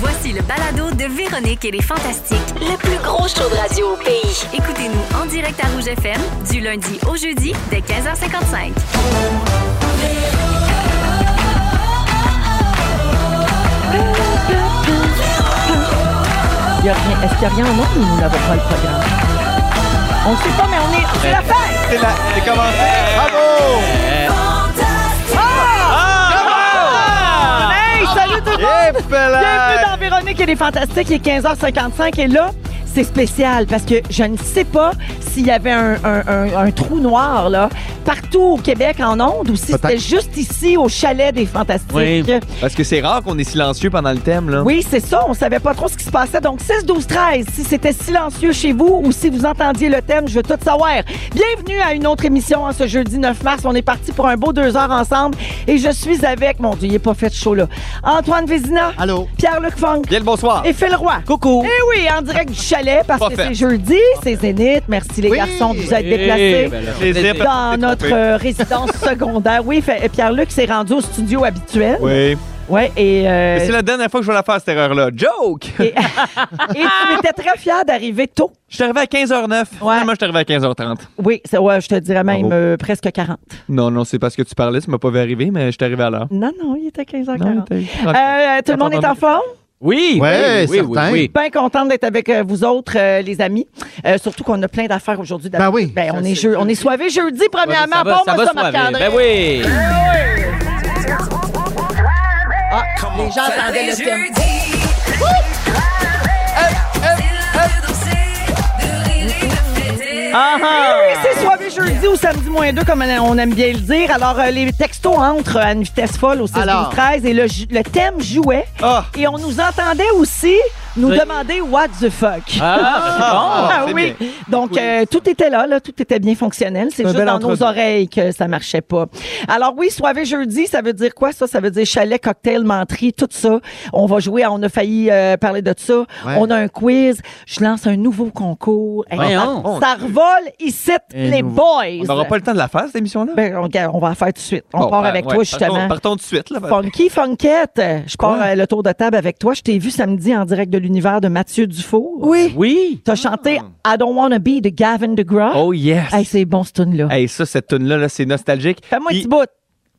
Voici le balado de Véronique et les Fantastiques. Le plus gros show de radio au pays. Écoutez-nous en direct à Rouge FM du lundi au jeudi dès 15h55. Il y a rien- Est-ce qu'il n'y a rien au monde où nous n'avons pas le programme? On ne sait pas, mais on est. C'est la fête! C'est la- c'est commencé. Bravo! Hey, salut tout le monde! Yep Bienvenue là! dans Véronique et les Fantastiques. Il est 15h55 et là, c'est spécial parce que je ne sais pas s'il y avait un, un- un- un trou noir là, partout au Québec en ondes ou si Peut-être. c'était juste ici au chalet des Fantastiques. Oui. Parce que c'est rare qu'on est silencieux pendant le thème, là. Oui, c'est ça. On savait pas trop ce qui se passait. Donc, 6, 12, 13, si c'était silencieux chez vous ou si vous entendiez le thème, je veux tout savoir. Bienvenue à une autre émission en ce jeudi 9 mars. On est parti pour un beau deux heures ensemble et je suis avec, mon Dieu, il n'est pas fait chaud là. Antoine Vézina. Allô. Pierre-Luc Funk. Bien le bonsoir. Et Phil Roy. Coucou. Eh oui, en direct du chalet parce Pas que fait. c'est jeudi, c'est Zénith. Merci les garçons de vous être déplacés. Eh, ben là, Plaisir, plaisir. parce dans que t'es notre trompé. euh, résidence secondaire. Oui, fait- Pierre-Luc s'est rendu au studio habituel. Oui. Ouais, et, euh, Mais C'est la dernière fois que je vais la faire, cette erreur-là. Joke! et, et tu étais très fier d'arriver tôt. Je suis arrivé à 15h09. Moi, je suis arrivé à 15h30. Oui, c'est- ouais, je te dirais même Bravo. euh, presque 40. Non, non, c'est parce que tu parlais, ça m'a pas vu arriver, mais je suis arrivé à l'heure. Non, non, il était 15h40. Non, t'as eu- Euh, tout le monde est en forme? Oui, Ouais, oui, oui, oui, certain. oui. Bien contente d'être avec euh, vous autres, euh, les amis. Euh, surtout qu'on a plein d'affaires aujourd'hui. Ben oui. Ben, on, est jeu- on est soivé jeudi, premièrement. Ça va, Bon, ça moi, va, ça, soirée. Marc-André. Ben oui. Ah, les gens entendaient le thème. Ah, ah. Oui, c'est soirée jeudi ou samedi moins 2, comme on aime bien le dire. Alors, euh, les textos entrent à une vitesse folle au 6 Alors. 13 et le, ju- le thème jouait. Ah! Et on nous entendait aussi nous Oui. demander « What the fuck? Ah, Ah c'est oui. bien. Donc, euh, tout était là, là, tout était bien fonctionnel. C'est un juste bel dans entre-deux. nos oreilles que ça marchait pas. Alors oui, soirée jeudi, ça veut dire quoi ça? Ça veut dire chalet, cocktail, menterie, tout ça. On va jouer, à- on a failli euh, parler de ça. On a un quiz. Je lance un nouveau concours. Hey, Voyons. ça, ça revole ici, les boys. On n'aura pas le temps de la faire, cette émission-là? Ben, on, regarde, on va la faire tout de suite. On Bon, part ben, avec ouais, toi, justement. partons- Partons tout de suite, là. Funky Funkette, je pars Quoi? euh, le tour de table avec toi. Je t'ai vu samedi en direct de l'univers de Mathieu Dufour. Oui. Oui. T'as chanté Ah. I Don't Wanna Be de Gavin DeGraw. Oh yes! Hey, c'est bon, ce tune-là. Hey, ça, cette tune-là, là, c'est nostalgique. Fais-moi un Puis- petit bout.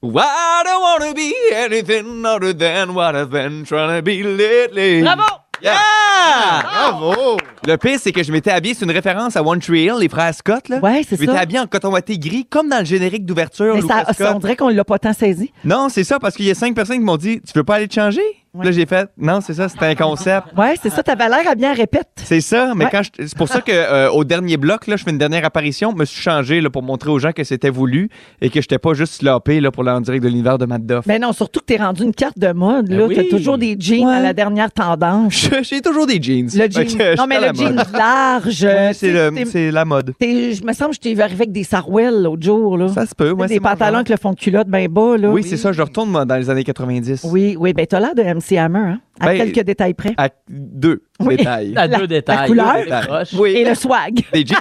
Well, I don't want to be anything other than what I've been trying to be lately. Bravo! Yeah! Ah! Bravo! Le pire, c'est que je m'étais habillé, c'est une référence à One Tree Hill, les frères Scott. Là. Ouais, c'est Je m'étais ça. habillé en coton watté gris, comme dans le générique d'ouverture. Mais Lucas ça, ça, Scott. on dirait qu'on l'a pas tant saisi. Non, c'est ça, parce qu'il y a cinq personnes qui m'ont dit Tu veux pas aller te changer Ouais. Là, j'ai fait Non, c'est ça, c'est un concept. Ouais, c'est ça. T'avais l'air à bien répète. C'est ça, mais Ouais. quand je- c'est pour ça que euh, au dernier bloc là, je fais une dernière apparition, me suis changé là, pour montrer aux gens que c'était voulu et que j'étais pas juste slopé là pour l'en direct de l'univers de Mad Duff. Mais Ben non, surtout que t'es rendu une carte de mode. Là, Ben oui. T'as toujours des jeans à la dernière tendance. Je- J'ai toujours des jeans. Le Fait jean, que, euh, je non, suis mais à le la jean mode. large. Ouais, euh, c'est tu sais, le- t'es- c'est la mode. t'es- Je me semble que je t'ai vu arriver avec des sarouels l'autre jour. Là. Ça se peut, moi. des pantalons avec le fond de culotte ben bas. Là. Oui, c'est ça. Je retourne moi, dans les années 90. Oui, oui, ben t'as l'air de MC Hammer, hein, à Ben, quelques détails près. À deux Oui. détails. À La- deux la détails. deux couleur. Ben, détails proches. Oui. Et le swag. Des jeans.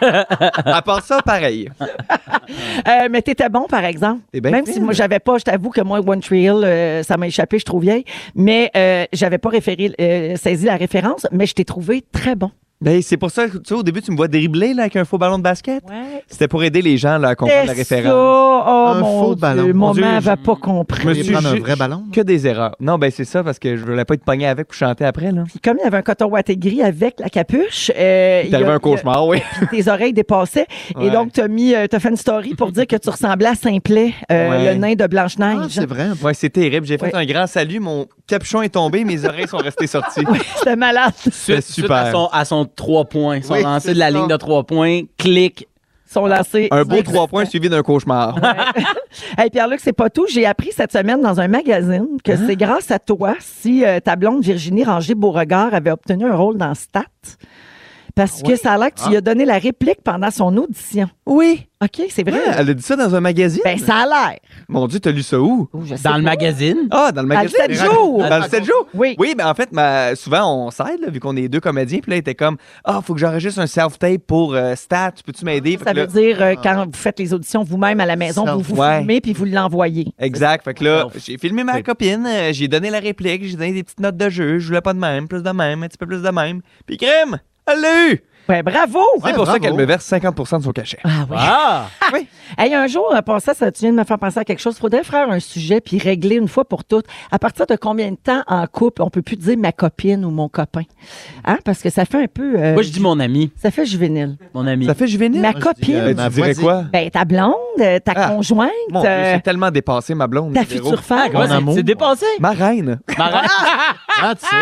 à part ça, pareil. Eh ben, Euh, mais t'étais bon, par exemple. T'es bien Même fine. si moi, j'avais pas, je t'avoue que moi, One Tree Hill, euh, ça m'a échappé, je suis trop vieille. Mais euh, j'avais pas référé, euh, saisi la référence, mais je t'ai trouvé très bon. Ben, c'est pour ça que, tu sais, au début, tu me vois dribbler là, avec un faux ballon de basket. Ouais. C'était pour aider les gens là, à comprendre la Ça, référence. oh Un mon faux Dieu, ballon. mon Mon Dieu, maman je- va pas Je me compris. Vous suis voulez prendre ju- un vrai ballon? Que des erreurs. Non, ben c'est ça, parce que je voulais pas être pogné avec pour chanter après. là. Puis comme il y avait un coton ouaté gris avec la capuche, euh, il y T'es a- arrivé un il y a- cauchemar, oui. tes oreilles dépassaient. Et Ouais. donc, tu as, fait une story pour dire que tu ressemblais à Simplet, euh, Ouais. le nain de Ah, Blanche-Neige. c'est vrai. Ouais, c'est terrible. J'ai Ouais. fait un grand salut, mon capuchon est tombé, mes oreilles sont restées sorties. C'était malade. C'était Suite à super. son, à son trois points. Son Oui, lancé c'est de la ça. ligne de trois points. Clic. Son lancé. Un beau trois points suivi d'un cauchemar. Hey, Pierre-Luc, c'est pas tout. J'ai appris cette semaine dans un magazine que c'est grâce à toi si euh, ta blonde Virginie Ranger Beauregard avait obtenu un rôle dans Stat. Parce que ça a l'air que tu lui as donné la réplique pendant son audition. Oui. OK, c'est vrai? elle a dit ça dans un magazine. Ben, ça a l'air. Mon Dieu, t'as lu ça où? Oh, je sais Dans le pas. magazine. Ah, dans le Dans le magazine. sept jours. Dans le 7 jours. Oui. Oui, ben en fait, ma- souvent on s'aide, là, vu qu'on est deux comédiens. Puis là, il était comme Ah, faut que j'enregistre un self-tape pour euh, Stat. Tu Peux-tu m'aider? Fait Ça que là- veut dire euh, quand vous faites les auditions vous-même à la maison, vous vous Ouais. filmez puis vous l'envoyez. Exact. Fait que là, Self. j'ai filmé ma C'est- copine, euh, j'ai donné la réplique, j'ai donné des petites notes de jeu. Je voulais pas de même, plus de même, un petit peu plus de même. Puis crème, elle l'a eu! Ben, bravo! C'est Ouais, pour ça bravo. qu'elle me verse 50 de son cachet. Ah oui. Ah! Hey, un jour, en passant, ça, tu viens de me faire penser à quelque chose. Faudrait faire un sujet puis régler une fois pour toutes. À partir de combien de temps en couple on peut plus dire ma copine ou mon copain, hein Parce que ça fait un peu. euh, Moi, je dis mon ami. ça fait juvénile. Mon ami. Ça fait juvénile? Ma Moi, je dis, copine. euh, Ben, ma tu dirais voisine. quoi? Ben ta blonde, euh, ta Ah. conjointe, Mon Dieu, euh, c'est tellement dépassé, ma blonde. ta Véro. future femme. Ouais, c'est- amour. c'est dépassé. Ma reine. Marin. Ah, tu sais.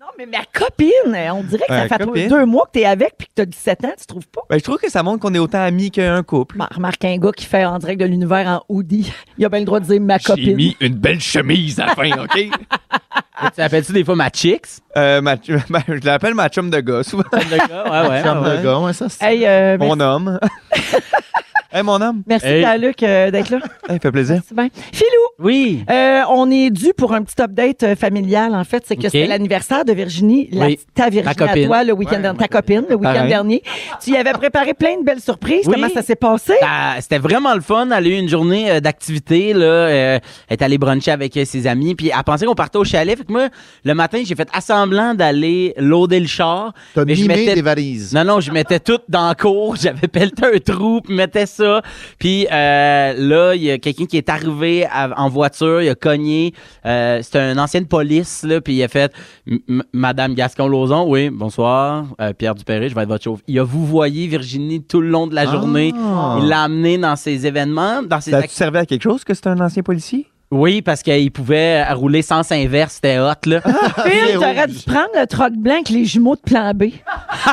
Non, mais ma copine, euh, on dirait que ça Ouais, fait copine. deux mois que t'es avec puis que t'as 17 ans, tu trouves pas Ben, je trouve que ça montre qu'on est autant amis qu'un couple. Mar- Remarque un gars qui fait en direct de l'univers en hoodie. Il a bien le droit de dire ma copine. une belle chemise à la fin, OK? Tu appelles-tu des fois ma chicks? Euh, ma- ma- je l'appelle ma chum de gars, souvent. Comme le gars, ouais, ouais, Ferme ouais. le gars, ouais, ça, c'est. Hey, euh, merci, Mon homme. hey, mon homme. merci Hey. à Luc euh, d'être là. Hey, fait plaisir. C'est bien. Philou, Oui. euh, on est dû pour un petit update euh, familial, en fait. C'est que OK. c'était l'anniversaire de Virginie, la- Oui. ta Virginie Ma à copine. toi, le week-end, ta copine, le week-end Pareil. dernier. Tu y avais préparé plein de belles surprises. Oui. Comment ça s'est passé? Ça- C'était vraiment le fun. Elle a eu une journée euh, d'activité. Là, euh, elle est allée bruncher avec euh, ses amis. Puis elle pensait qu'on partait au chalet. Fait que moi, le matin, j'ai fait assemblant d'aller loader le char. T'as Mais je mimé mettais- des valises. Non, non, je mettais tout dans le cours. J'avais pelleté un trou, puis mettais ça. Puis euh, là, il y a quelqu'un qui est arrivé à- en voiture, il a cogné. Euh, C'était une ancienne police, là, puis il a fait M- M- Madame Gascon-Lozon, oui, bonsoir, euh, Pierre Dupéré, je vais être votre chauve. Il a vous voyez Virginie tout le long de la journée. Il l'a amené dans ses événements, dans ses Ça activités. a-tu servi à quelque chose que c'est un ancien policier? Oui, parce qu'il pouvait rouler sens inverse, c'était hot, là. Phil, c'est t'aurais rouge. dû prendre le troc blanc avec les jumeaux de plan B. Ah,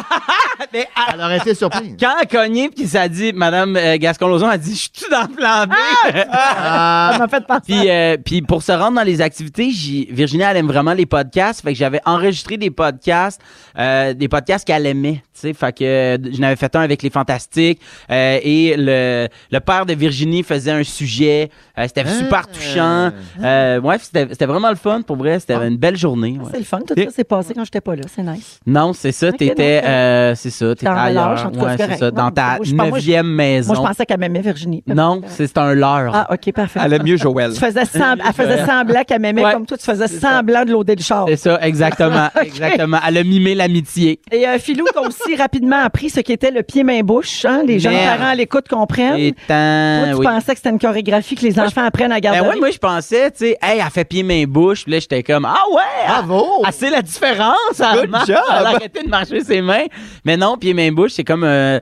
Mais à- Ah, Elle aurait été surprise. quand elle a cogné, puis ça a dit, Madame euh, Gascon-Lozon a dit, je suis dans le plan B. Ça Ah, m'a fait penser. Puis, euh, puis pour se rendre dans les activités, j'ai- Virginie, elle aime vraiment les podcasts. Fait que j'avais enregistré des podcasts, euh, des podcasts qu'elle aimait. tu sais. Fait que euh, je n'avais fait un avec les Fantastiques. euh, et le, le père de Virginie faisait un sujet. Euh, Ah. c'était Hein? super touchant. Euh, ouais, c'était c'était vraiment le fun pour vrai. C'était une belle journée. ouais. Ah. C'est le fun, tout ça s'est passé quand j'étais pas là, c'est nice. Non, c'est ça. Ok, T'étais, non, c'est- euh, c'est ça. T'étais un lâche, ailleurs. en tout cas, Ouais, c'est c'est ça. correct. Dans Non, ta je- moi, je- neuvième Moi, je maison. pensais qu'elle m'aimait Virginie. Non, c'est c'est un leurre. Ah, OK, parfait. Elle aime mieux Joël. Tu faisais sembl- elle faisait semblant qu'elle m'aimait Ouais. comme toi, tu faisais semblant de l'auder le char. C'est ça, exactement. Exactement. Elle a mimé l'amitié. Et euh, Philou, t'as aussi rapidement appris ce qu'était le pied-main-bouche. Hein? Les jeunes Merde. parents à l'écoute comprennent. Et tant- toi, tu Hein, oui. pensais que c'était une chorégraphie que les enfants apprennent à garder. Ben ouais, moi je pensais, tu sais, hey, elle fait pied main bouche, Puis là j'étais comme ah ouais, elle- bravo! elle sait la différence, elle, Good marche, job! elle a arrêté de marcher ses mains. Mais non, pied main bouche, c'est comme euh,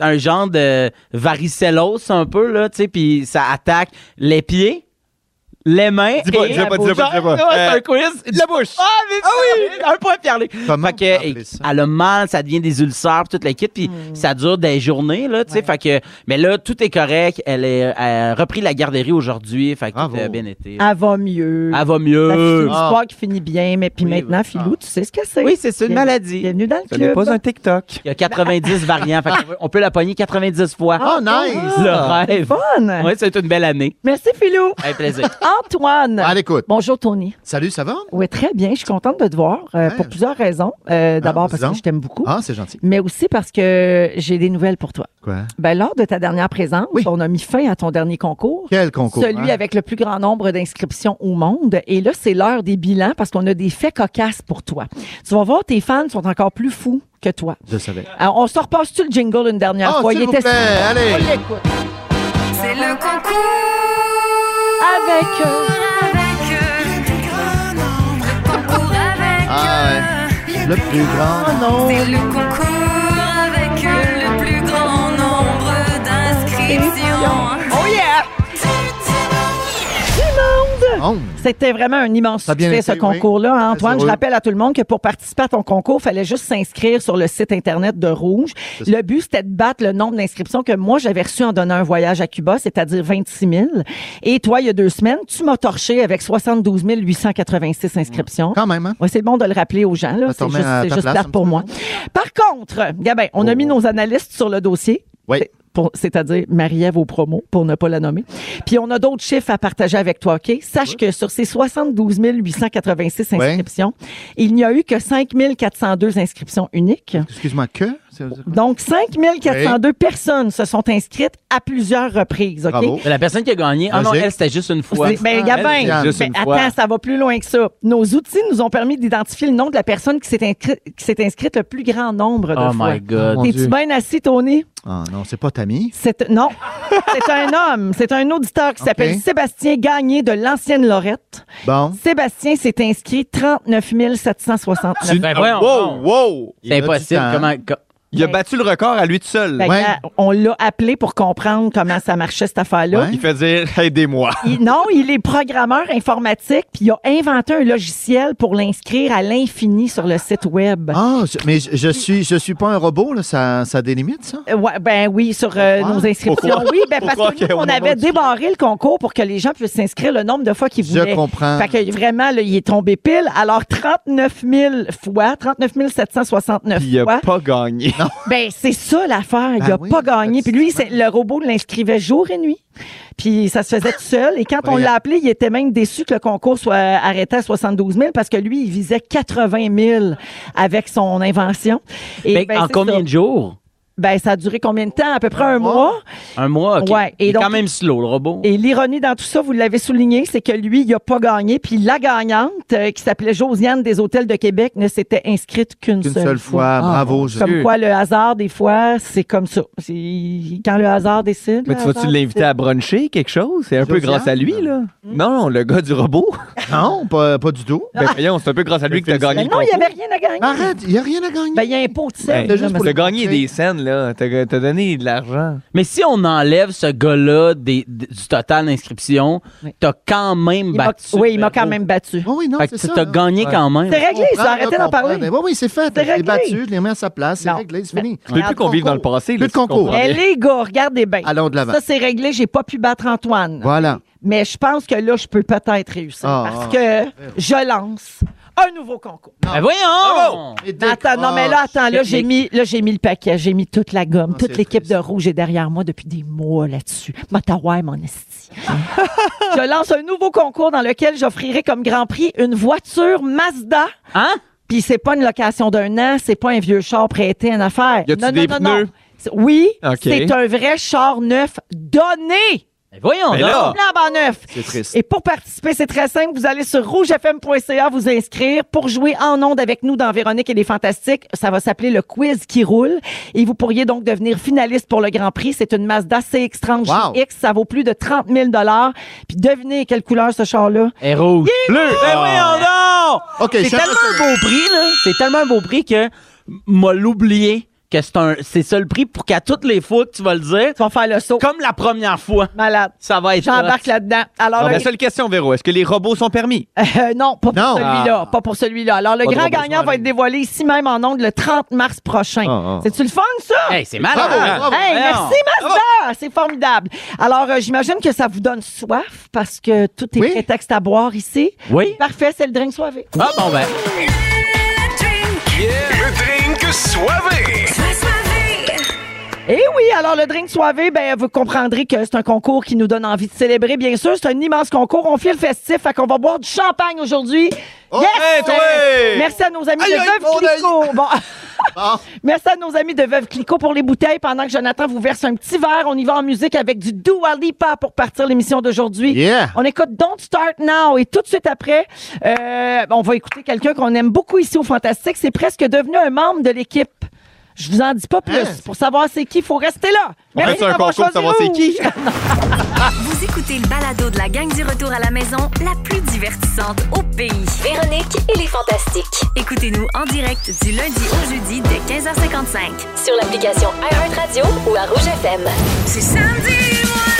un genre de varicellose un peu là, tu sais, puis ça attaque les pieds, les mains Dis pas, et dis la pas, dis bouche. pas, dis pas. Ouais, c'est Euh, un quiz. La bouche! Ah, mais oui! Un point Pierre-Luc. Comment Fait on que, peut eh, appeler ça? elle a mal, ça devient des ulcères, puis toute l'équipe, puis Hmm. ça dure des journées, là, tu sais. Fait que, mais là, tout est correct. Elle, est, euh, elle a repris la garderie aujourd'hui, fait que Bravo. tout a bien été. Elle va mieux. Elle va Ah. La mieux. fille du Ah. sport qui finit bien. Mais puis Oui, Ah. maintenant, oui. Philou, tu sais ce que c'est. Oui, c'est ça, une Bienvenue- maladie. Bienvenue dans Ce le n'est club. pas un TikTok. Il y a 90 Ben, variants, fait qu'on peut- on peut la pogner 90 fois. Oh, nice! Le ah. C'est Ah, hein. le rêve. fun. Ouais, c'est une belle année. Merci, Philou. Un plaisir. Antoine. Allez, écoute. Bonjour, Tony. Salut, ça va? Oui, très bien. Je suis contente de te voir euh, Ouais. pour plusieurs raisons. Euh, D'abord, Ah, parce disons. que je t'aime beaucoup. Ah, c'est gentil. Mais aussi parce que j'ai des nouvelles pour toi. Quoi? Ben, lors de ta dernière présence, Oui. on a mis fin à ton dernier concours. Quel concours? Celui hein? avec le plus grand nombre d'inscriptions au monde. Et là, c'est l'heure des bilans parce qu'on a des faits cocasses pour toi. Tu vas voir, tes fans sont encore plus fous que toi. Je savais. Alors, on se repasse-tu le jingle une dernière Ah, fois? s'il vous plaît, allez. On l'écoute. C'est le concours Avec... euh, avec euh, le concours avec Ah, ouais. euh, Le plus grand. non. C'est le concours avec euh, le plus grand nombre d'inscriptions. Oh yeah! Du monde! monde. C'était vraiment un immense Ça a bien succès, été, ce oui. concours-là. hein, Très Antoine, je heureux. rappelle à tout le monde que pour participer à ton concours, il fallait juste s'inscrire sur le site Internet de Rouge. C'est ça. Le but, c'était de battre le nombre d'inscriptions que moi, j'avais reçu en donnant un voyage à Cuba, c'est-à-dire 26 000. Et toi, il y a deux semaines, tu m'as torché avec 72 886 inscriptions. Quand même, hein? Ouais, c'est bon de le rappeler aux gens. Là. Ça te C'est remet juste, Bah, à c'est ta juste place, plate un pour petit moi. Par contre, Gabin, on a mis nos analystes sur le dossier. Oui. C'est- pour- C'est-à-dire Marie-Ève au promo, pour ne pas la nommer. Puis on a d'autres chiffres à partager avec toi, OK? Sache que sur ces 72 886 Ouais. inscriptions, il n'y a eu que 5 402 inscriptions uniques. Excuse-moi, que? Ça veut dire quoi? Donc, 5 402 personnes se sont inscrites à plusieurs reprises, OK? Bravo. La personne qui a gagné, ah non, Logique. elle, c'était juste une fois. C'est- Ben, Elle, Gabin, c'est juste ben, une fois. attends, ça va plus loin que ça. Nos outils nous ont permis d'identifier le nom de la personne qui s'est inscrite, qui s'est inscrite le plus grand nombre de Oh fois. my God. Mon Dieu. T'es-tu bien assis, Tony? Ah non, c'est pas Tammy. C'est, non, c'est un homme, c'est un auditeur qui Ok. s'appelle Sébastien Gagné de l'ancienne Lorette. Bon. Sébastien s'est inscrit 39 769. Ben, Ah, voyons wow, donc. wow! C'est impossible. Il a du temps. hein. Comment. co- Il a battu le record à lui tout seul. Fait que Ouais. là, On l'a appelé pour comprendre comment ça marchait, cette affaire-là. Ouais. Il fait dire aidez-moi. Il- non, il est programmeur informatique, puis il a inventé un logiciel pour l'inscrire à l'infini sur le site web. Ah, je- mais je, je suis je suis pas un robot, là. Ça, ça délimite, ça? Euh, ouais, ben oui, sur euh, Ah. nos inscriptions. Pourquoi? Oui, ben parce Pourquoi que nous, qu'on on a avait vendu? débarré le concours pour que les gens puissent s'inscrire le nombre de fois qu'ils voulaient. Je comprends. Fait que vraiment, là, il est tombé pile. Alors, 39 000 fois, 39 769 Puis il a fois. pas gagné. Ben, c'est ça l'affaire. Il Ben n'a oui, pas gagné. Puis lui, c'est, effectivement. le robot l'inscrivait jour et nuit. Puis ça se faisait tout seul. Et quand on Ouais. l'a appelé, il était même déçu que le concours soit arrêté à 72 000 parce que lui, il visait 80 000 avec son invention. Et Ben, ben, en c'est combien ça. de jours? Ben, ça a duré combien de temps? À peu près un mois. Un mois, OK. Ouais, et il est donc- quand même slow, le robot. Et l'ironie dans tout ça, vous l'avez souligné, c'est que lui, il n'a pas gagné. Puis la gagnante, euh, qui s'appelait Josiane des Hôtels de Québec, ne s'était inscrite qu'une Une seule fois. Bravo, je Ah, Comme Dieu. quoi, le hasard, des fois, c'est comme ça. C'est- Quand le hasard décide. Mais le tu vas-tu hasard l'inviter à bruncher, quelque chose? C'est un peu Josiane? grâce à lui, là. Non, le gars du robot. Non, pas, pas du tout. Ben voyons, c'est un peu grâce à lui que t'as décide. gagné Mais Ben non, le il n'y concours. avait rien à gagner. Arrête, il n'y a rien à gagner. Ben, il y a un pot de sel. Ben, là, juste mais pour T'as c'est- le- gagné des scènes, là. T'as t'as donné de l'argent. Mais si on enlève ce gars-là des- d- du total d'inscription, Oui. t'as quand même il m'a- battu. oui, il m'a le quand gros. même battu. Oui, oui, non, Fait que c'est tu ça. t'as là. gagné Ouais. quand même. hein? C'est réglé, Comprends, ça. Arrêtez là, d'en comprends. parler. Ben, oui, oui, c'est fait. C'est Je l'ai réglé. battu, je l'ai remis à sa place. C'est Non. réglé, c'est fini. Tu veux Regarde, plus qu'on vive dans le concours. passé, là. Plus si de tu concours. comprends Mais bien. Eh, les gars, regardez bien. Allons de l'avant. Ça, c'est réglé. J'ai pas pu battre Antoine. Voilà. Mais je pense que là, je peux peut-être réussir Ah, parce ah. que je lance un nouveau concours. Ben voyons! Et Mais attends, non, mais là, attends, là, j'ai Technique. mis, là, j'ai mis le paquet, j'ai mis toute la gomme, Ah, toute c'est l'équipe triste. de rouge est derrière moi depuis des mois là-dessus. Matawai, mon esti. je lance un nouveau concours dans lequel j'offrirai comme grand prix une voiture Mazda. Hein? Puis c'est pas une location d'un an, c'est pas un vieux char prêté en affaire. Y a-tu des pneus? C'est- Oui, OK. c'est un vrai char neuf donné. Ben voyons Mais donc. là- Blanc en neuf. C'est triste. Et pour participer, c'est très simple. Vous allez sur rougefm.ca vous inscrire pour jouer en ondes avec nous dans Véronique et les Fantastiques. Ça va s'appeler le quiz qui roule. Et vous pourriez donc devenir finaliste pour le Grand Prix. C'est une Mazda CX-30 Wow. X. Ça vaut plus de 30 000 Puis devinez quelle couleur ce char-là. Et rouge. Bleu! Ben voyons donc! OK, C'est je- tellement un beau prix, là. C'est tellement un beau prix que m'a l'oublié que c'est un, c'est ça le prix pour qu'à toutes les fois que tu vas le dire, Tu vas faire le saut. comme la première fois, Malade. ça va être J'embarque hot. là-dedans. Alors, Ah, le- La seule question, Véro, est-ce que les robots sont permis? Euh, non, pas pour Non. celui-là. Pas pour celui-là. Alors, le Pas de grand robot gagnant va être dévoilé ici même en ondes le 30 mars prochain. Ah, ah. C'est-tu le fun, ça? Hey, c'est malade. Bravo, bravo. Hey, Voyons. merci Mazda, c'est formidable. Alors euh, j'imagine que ça vous donne soif parce que tout est Oui. prétexte à boire ici. Oui. Parfait, c'est le drink soivé. Ah bon ben. Le drink soivé. Eh oui, alors le drink soivé, ben vous comprendrez que c'est un concours qui nous donne envie de célébrer. Bien sûr, c'est un immense concours. On file festif, fait qu'on va boire du champagne aujourd'hui. yes! hey, toi! Merci à nos amis Oh, Aïe, de aïe, Veuve mon Clicquot. Bon. Bon. Merci à nos amis de Veuve Clicquot pour les bouteilles. Pendant que Jonathan vous verse un petit verre, on y va en musique avec du Dua Lipa pour partir l'émission d'aujourd'hui. Yeah. On écoute Don't Start Now et tout de suite après, euh, on va écouter quelqu'un qu'on aime beaucoup ici au Fantastique. C'est presque devenu un membre de l'équipe. Je vous en dis pas plus. Hein? Pour savoir c'est qui, il faut rester là. Merci fait un d'avoir concours pour savoir choisi c'est Rouge. qui. Vous écoutez le balado de la gang du retour à la maison, la plus divertissante au pays. Véronique et les Fantastiques. Écoutez-nous en direct du lundi au jeudi dès 15h55. Sur l'application iHeartRadio ou à Rouge FM. C'est samedi, moi,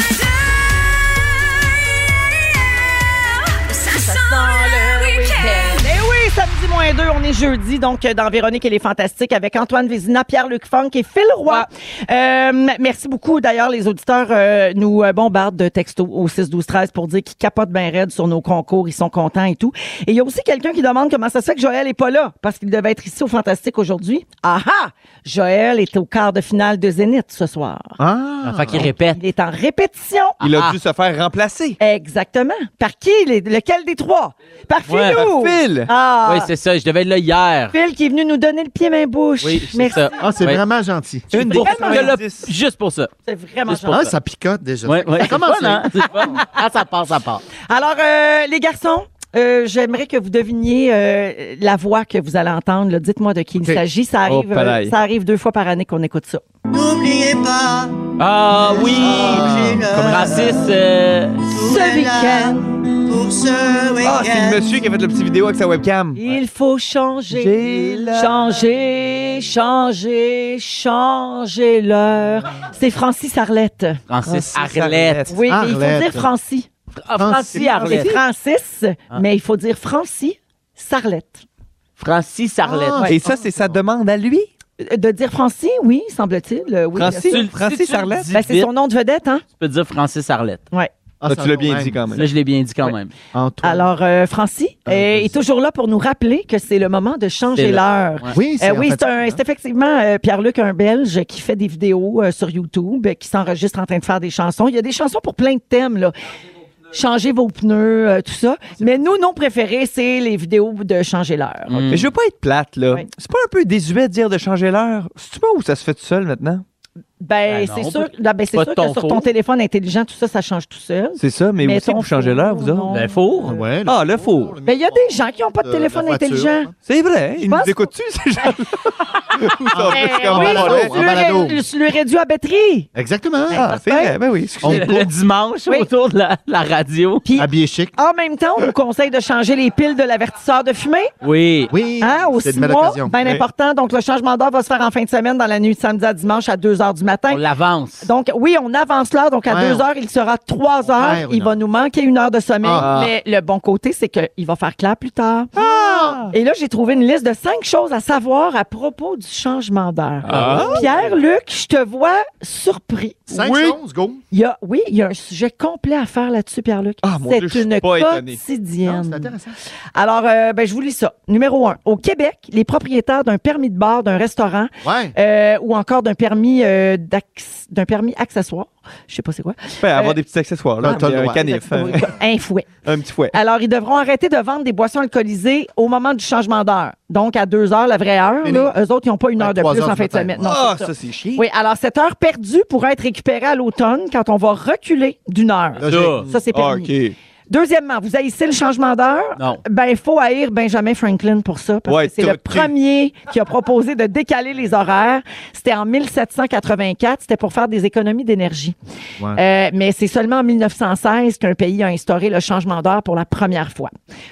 ça sent le week-end. Eh oui, samedi moins deux, on est jeudi, donc euh, dans Véronique et les Fantastiques avec Antoine Vézina, Pierre-Luc Funk et Phil Roy. Euh, merci beaucoup. D'ailleurs, les auditeurs euh, nous euh, bombardent de textos au 6-12-13 pour dire qu'ils capotent bien raide sur nos concours, ils sont contents et tout. Et il y a aussi quelqu'un qui demande comment ça se fait que Joël est pas là, parce qu'il devait être ici au Fantastique aujourd'hui. Ah ah! Joël est au quart de finale de Zénith ce soir. Ah! Enfin, qu'il répète. Il est en répétition. Il a Ah. dû se faire remplacer. Exactement. Par qui? les- lequel des trois? Par Philou! Ouais, par Phil! Ah! Oui, c'est ça. Je devais être là hier. Phil qui est venu nous donner le pied main bouche. Oui, c'est Merci. ça. Ah, c'est Ouais. vraiment gentil. Une Pour- bourse Je l'ai- 90. Juste pour ça. C'est vraiment Juste pour gentil. Ah, ça picote déjà. Ouais, ouais. Ça commence, C'est fun, hein? C'est fun. Ah, ça part, ça part. Alors, euh, les garçons, euh, j'aimerais que vous deviniez euh, la voix que vous allez entendre. là. Dites-moi de qui il Ok. s'agit. Ça arrive, Oh, euh, palais. ça arrive deux fois par année qu'on écoute ça. N'oubliez pas, Ah oui! Comme Francis, euh, tout Ce est là week-end, Pour ce Ah, c'est le week-end. monsieur qui a fait la petite vidéo avec sa webcam. il faut changer, J'ai la- changer, changer, changer l'heure. C'est Francis Arlette. Francis Francis Arlette. Arlette. Oui, mais il faut Arlette. dire Francis. Ah, Francis C'est Arlette. Francis, mais il faut dire Francis Sarlette. Francis Arlette. Ah, Et ça, c'est sa demande à lui. Euh, De dire Francis, oui, semble-t-il. euh, Oui, bien Francis, sûr. Si tu- si Francis tu le Arlette. dis Ben, c'est vite, son nom de vedette, hein? Tu peux dire Francis Arlette. Ah, Ah, ça tu l'as va bien même. dit quand même. Là, je l'ai bien dit quand même. Antoine. Alors, euh, Francis Ah, euh, vas-y. est toujours là pour nous rappeler que c'est le moment de changer C'est là. l'heure. Ouais. oui, Euh, c'est en oui, fait- c'est un- c'est effectivement euh, Pierre-Luc, un Belge, qui fait des vidéos euh, sur YouTube, euh, qui s'enregistre en train de faire des chansons. Il y a des chansons pour plein de thèmes, là. Changer vos pneus, euh, tout ça. Mais nous, nos préférés, c'est les vidéos de changer l'heure. Mm. Mais je veux pas être plate, là. Oui. C'est pas un peu désuet de dire de changer l'heure? C'est-tu pas où ça se fait tout seul maintenant? Ben, Ben non, c'est on sûr, peut- non, ben, c'est pas sûr ton que sur faute. ton téléphone intelligent, tout ça, ça change tout seul. C'est ça, mais, où Mais c'est que ton vous changez l'heure, vous four, autres? non. Ben, four. Ouais, là. Ah, le four. Mais il y a des gens qui n'ont pas de Euh, la téléphone voiture. intelligent. C'est vrai. Ils pense nous que- écoutent-tu, ces gens-là? Ou ça Eh fait oui, comme balado, on est? tu le balado. ré- tu le réduis à batterie. Exactement. Ah, c'est vrai. Ben oui, excusez. Le, le dimanche, Oui. autour de la, la radio. Puis, Habillé chic. en même temps, on nous conseille de changer les piles de l'avertisseur de fumée. Oui. Oui, Hein, au c'est six une belle mois, occasion. bien Oui. important. Donc, le changement d'heure va se faire en fin de semaine dans la nuit de samedi à dimanche à 2 heures du On matin. l'avance. Donc, oui, on avance l'heure. Donc, à Ouais, 2 on- heures, il sera 3 on heures. perd Il une va heure. nous manquer une heure de sommeil. Ah. Mais le bon côté, c'est qu'il va faire clair plus tard. Ah! Et là, j'ai trouvé une liste de cinq choses à savoir à propos du changement d'heure. Ah. Pierre-Luc, je te vois surpris. 5 Oui. secondes, go. Il y a, oui, il y a un sujet complet à faire là-dessus, Pierre-Luc. Ah, mon Dieu, je suis c'est une pas étonné. Non, quotidienne. Ah, c'est intéressant. Alors, euh, ben, je vous lis ça. Numéro un. Au Québec, les propriétaires d'un permis de bar, d'un restaurant Ouais. euh, ou encore d'un permis euh, d'acc- d'un permis accessoire, je sais pas c'est quoi, Ben, avoir Euh, des petits accessoires, là. t'as- t'as le Un droit. canif, un, un fouet. un petit fouet. Alors, ils devront arrêter de vendre des boissons alcoolisées au moment du changement d'heure. Donc, à deux heures, la vraie heure, Fini. là, eux autres, ils n'ont pas une Ouais, Ben, heure de trois plus heures en du fin de matin. semaine. Non, Ah, c'est ça, ça. c'est chiant. Oui, alors cette heure perdue pourra être récupérée à l'automne quand on va reculer d'une heure. Logique. Ça. Ça, c'est Ah, permis. OK. Deuxièmement, vous haïssez le changement d'heure? Non. Ben, il faut haïr Benjamin Franklin pour ça, parce Ouais, que c'est le t'as- tu- premier qui a proposé de décaler les horaires. C'était en 1784, c'était pour faire des économies d'énergie. Euh, mais c'est seulement en 1916 qu'un pays a instauré le changement d'heure pour la première fois.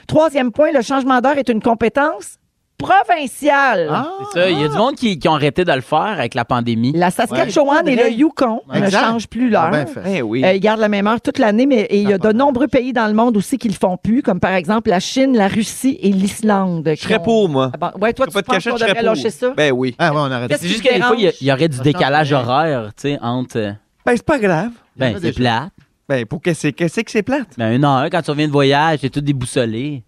Troisième point, le changement d'heure est une compétence provinciale. Ah. C'est ça. Il y a du monde qui, qui ont arrêté de le faire avec la pandémie. La Saskatchewan et le Yukon ne Exact. changent plus Ah, l'heure. ben fait. Eh oui. Euh, ils gardent la même heure toute l'année, mais et il y a de nombreux pays dans le monde aussi qui le font plus, comme par exemple la Chine, la Russie et l'Islande. Ah Je serais pour, moi. ouais, toi, T'as tu pas de penses cachette, qu'on je serais devrait lâcher pour. ça? Ben oui. Ah ouais, on arrête. Qu'est-ce C'est qui juste te que des fois, il y a- dérange? il y, aurait du Ça change décalage rien. horaire, tu sais, entre. euh, Ben, c'est pas grave. Il y en a Ben, c'est déjà. plate. Ben, pour qu'est-ce qu'est-ce que c'est plate? Ben, une heure, quand tu reviens de voyage, t'es tout déboussolé.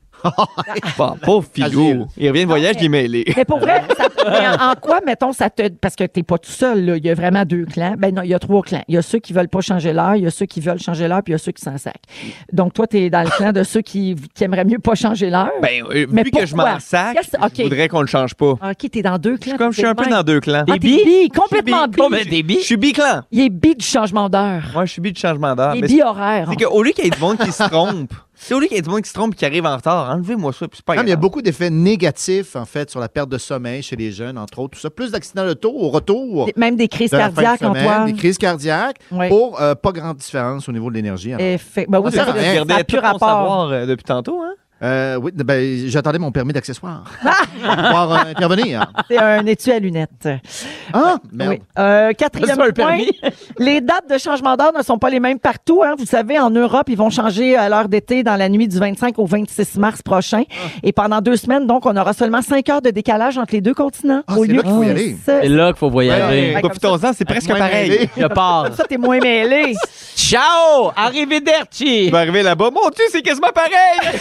Bon, pauvre Philou. Il revient de voyage, il est mêlé. Mais pour vrai, ça- mais en, en quoi, mettons, ça te. Parce que t'es pas tout seul, là. Il y a vraiment deux clans. Ben non, il y a trois clans. Il y a ceux qui veulent pas changer l'heure, il y a ceux qui veulent changer l'heure, puis il y a ceux qui s'en sacent. Donc, toi, t'es dans le clan de ceux qui, qui aimeraient mieux pas changer l'heure. Ben, euh, Mais vu que je pourquoi? m'en sac, Qu'est-ce- OK. je voudrais qu'on le change pas. Ah, OK, t'es dans deux clans. Je suis comme, je suis un peu dans deux clans. Ah, t'es Des bi? bi, complètement Oh, ben, bi. des Je billes. suis bi-clan. Il est bi du changement d'heure. Moi, je suis bi de changement d'heure. Il Ah, mais est bi horaire. C'est qu'au lieu qu'il y ait du monde qui se trompe, c'est au lieu qu'il y ait du monde qui se trompe et qui arrive en retard, enlevez-moi ça, puis c'est pas Non, mais il y a grave. beaucoup d'effets négatifs, en fait, sur la perte de sommeil chez les jeunes, entre autres, tout ça. Plus d'accidents de taux au retour. Des- Même des crises de la fin de cardiaques, semaine, Antoine. Des crises cardiaques Oui. pour euh, pas grande différence au niveau de l'énergie. alors. Effe- ben oui, Ah, ça, ça, ça rien. a Regardez tout plus mon rapport. savoir euh, depuis tantôt, hein? Euh, oui, ben, j'attendais mon permis d'accessoire pour pouvoir euh, intervenir. C'est un étui à lunettes. Ah, merde. Oui. Euh, C'est quatrième pas un point, permis. les dates de changement d'heure ne sont pas les mêmes partout. hein. Vous savez, en Europe, ils vont changer à l'heure d'été dans la nuit du 25 au 26 mars prochain. Ah. Et pendant deux semaines, donc, on aura seulement cinq heures de décalage entre les deux continents. Ah, au c'est lieu là qu'il faut y de aller. six. C'est là qu'il faut voyager. Ouais. Profitons-en, c'est presque Moins pareil. mêlé. Je pars. Ça, t'es moins mêlé. Ciao! Arrivederci! Tu vas arriver là-bas, mon Dieu, c'est quasiment pareil!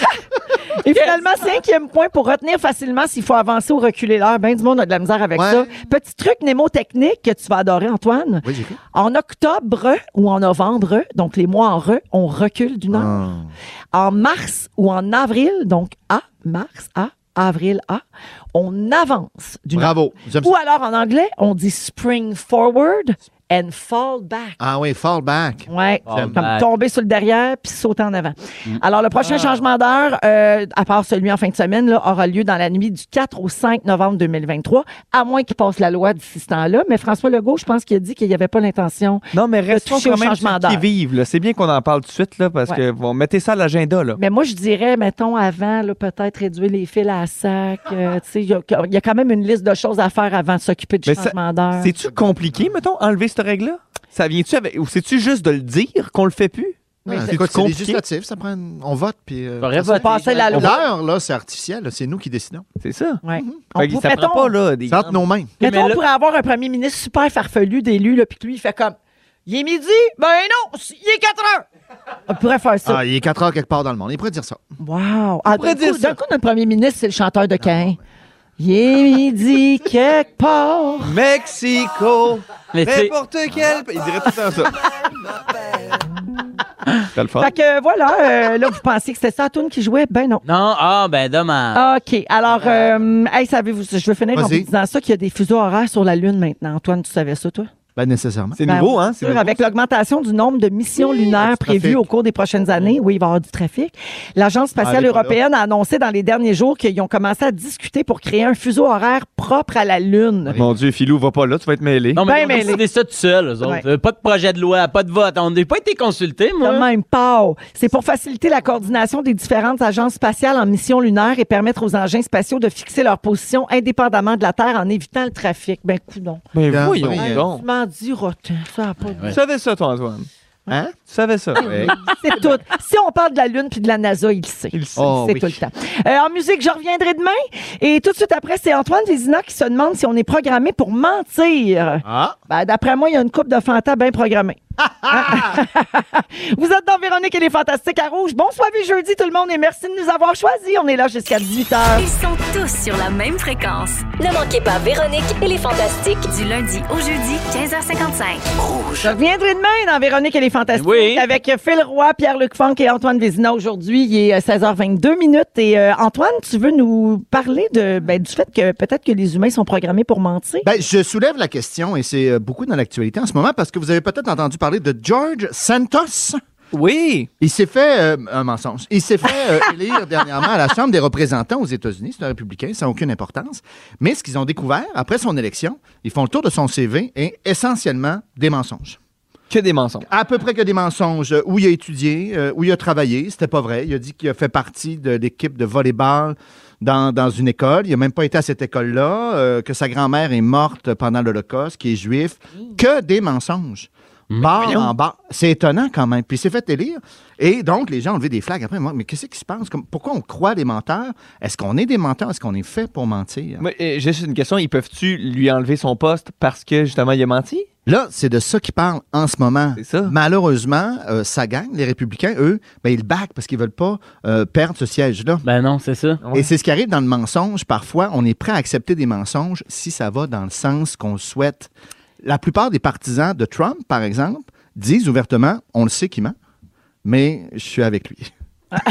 Et finalement, cinquième point pour retenir facilement s'il faut avancer ou reculer l'heure. Ben, du monde a de la misère avec Ouais. ça. Petit truc mnémotechnique que tu vas adorer, Antoine. Oui, j'ai cru. En octobre ou en novembre, donc les mois en re, on recule d'une heure. Ah. En mars ou en avril, donc A, mars, A, avril, A, on avance d'une heure. Bravo. J'aime ça. Ou alors en anglais, on dit spring forward and fall back. Ah oui, fall back. Ouais, Fall ben, comme back. tomber sur le derrière puis sauter en avant. Mm. Alors, le Ah. prochain changement d'heure, euh, à part celui en fin de semaine, là, aura lieu dans la nuit du 4 au 5 novembre 2023, à moins qu'il passe la loi d'ici ce temps-là. Mais François Legault, je pense qu'il a dit qu'il n'y avait pas l'intention. Non, mais restons toucher quand au même changement ceux d'heure. qui vivent. là. C'est bien qu'on en parle tout de suite, là, parce Ouais. que bon, mettez ça à l'agenda. là. Mais moi, je dirais, mettons, avant, là, peut-être réduire les fils à sac. euh, tu sais, il y, a- il y a quand même une liste de choses à faire avant de s'occuper du Mais ça- changement d'heure. C'est-tu compliqué, mettons, enlever cette règle-là? Ça vient-tu avec. Ou c'est-tu juste de le dire qu'on le fait plus? Ah, c'est c'est quoi, c'est compliqué. législatif, ça prend. une- On vote, puis. euh, Faudrait c'est ça. voter. Passer la loi. L'heure, là, c'est artificiel. là, C'est nous qui décidons. C'est ça. Ouais. On Fait que peut- ça prend mettons- pas, là. Des... C'est entre nos mains. Mettons, Mais là- on pourrait avoir un premier ministre super farfelu d'élu, là, puis que lui, il fait comme Il est midi, ben non, c- il est 4 heures. On pourrait faire ça. Ah, il est 4 heures quelque part dans le monde. Il pourrait dire ça. Wow. Ah, d'un pourrait dire coup, ça. d'un coup, notre premier ministre, c'est le chanteur de Caen. Il est midi quelque part. Mexico! Mais tu sais- N'importe quel. Il dirait tout le temps ça. T'as le fun? Fait que voilà, euh, là, vous pensiez que c'était ça, la toune qui jouait? Ben non. Non, ah, ben dommage. OK. Alors, euh, hey, savez-vous, je veux finir en vous Vas-y. disant ça, qu'il y a des fuseaux horaires sur la Lune maintenant. Antoine, tu savais ça, toi? Ben, nécessairement. C'est Ben, nouveau, hein? C'est Sûr, nouveau. avec l'augmentation du nombre de missions lunaires du trafic. prévues au cours des prochaines années, oui, il va y avoir du trafic. L'Agence spatiale Ah, elle est pas européenne a annoncé dans les derniers jours qu'ils ont commencé à discuter pour créer un fuseau horaire propre à la Lune. Mon Dieu, Philou, va pas là, tu vas être mêlé. Non, mais Ben ils mêlé. ont décidé ça tout seul, eux autres. Ouais. Euh, Pas de projet de loi, pas de vote. On n'a pas été consultés, De moi. même pas. C'est pour faciliter la coordination des différentes agences spatiales en mission lunaire et permettre aux engins spatiaux de fixer leur position indépendamment de la Terre en évitant le trafic. Ben, coudon. Mais Bien, voyons bien. donc. Tu m'en diras tant, ça a pas de- Tu savais ça, toi, Antoine? Hein? Tu savais ça? C'est tout. Si on parle de la Lune puis de la NASA, il le sait. Ah, ben. Il le sait. Oh, c'est oui. tout le temps. Euh, en musique, je reviendrai demain. Et tout de suite après, c'est Antoine Vézina qui se demande si on est programmé pour mentir. Ah, Ben, D'après moi, il y a une coupe de fantas bien programmée. Vous êtes dans Véronique et les Fantastiques à Rouge. Bon soirée jeudi tout le monde et merci de nous avoir choisis. On est là jusqu'à 18h. Ils sont tous sur la même fréquence. Ne manquez pas Véronique et les Fantastiques. Du lundi au jeudi, 15h55. Je reviendrai demain dans Véronique et les Fantastiques Oui. avec Phil Roy, Pierre-Luc Funk et Antoine Vézina. Aujourd'hui, il est euh, 16h22 minutes. Et euh, Antoine, tu veux nous parler de, ben, du fait que peut-être que les humains sont programmés pour mentir? Ben, je soulève la question et c'est euh, beaucoup dans l'actualité en ce moment parce que vous avez peut-être entendu parler de George Santos. Oui! Il s'est fait euh, un mensonge. Il s'est fait euh, élire dernièrement à la Chambre des représentants aux États-Unis. C'est un républicain, ça n'a aucune importance. Mais ce qu'ils ont découvert après son élection, ils font le tour de son CV et essentiellement des mensonges. Que des mensonges. À peu près que des mensonges euh, où il a étudié, euh, où il a travaillé. C'était pas vrai. Il a dit qu'il a fait partie de l'équipe de volleyball dans, dans une école. Il n'a même pas été à cette école-là. euh, que sa grand-mère est morte pendant l'Holocauste, qu'il est juif. Que des mensonges. Barre en barre. C'est étonnant quand même. Puis il s'est fait élire. Et donc, les gens ont levé des flags après. Moi, Mais qu'est-ce qui se passe? Comme- pourquoi on croit les menteurs? Est-ce qu'on est des menteurs? Est-ce qu'on est fait pour mentir? Mais, euh, J'ai juste une question. Ils peuvent-tu lui enlever son poste parce que, justement, il a menti? Là, c'est de ça qu'ils parlent en ce moment. C'est ça. Malheureusement, euh, ça gagne. Les républicains, eux, ben, ils back parce qu'ils veulent pas euh, perdre ce siège-là. Ben non, c'est ça. ouais. Et c'est ce qui arrive dans le mensonge. Parfois, on est prêt à accepter des mensonges si ça va dans le sens qu'on souhaite. La plupart des partisans de Trump, par exemple, disent ouvertement, on le sait qu'il ment, mais je suis avec lui.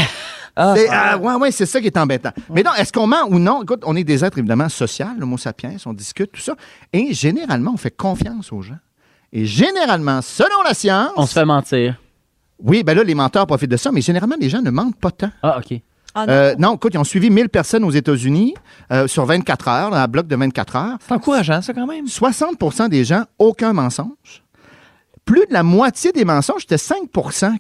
C'est- ah, ouais, ouais, c'est ça qui est embêtant. Mais non, est-ce qu'on ment ou non? Écoute, on est des êtres évidemment sociaux, le mot sapiens, on discute, tout ça. Et généralement, on fait confiance aux gens. Et généralement, selon la science. On se fait mentir. Oui, ben là, les menteurs profitent de ça, mais généralement, les gens ne mentent pas tant. Ah, OK. Euh, non, écoute, ils ont suivi 1000 personnes aux États-Unis euh, sur 24 heures, dans un bloc de 24 heures. C'est encourageant, ça, quand même. 60 des gens, aucun mensonge. plus de la moitié des mensonges, c'était 5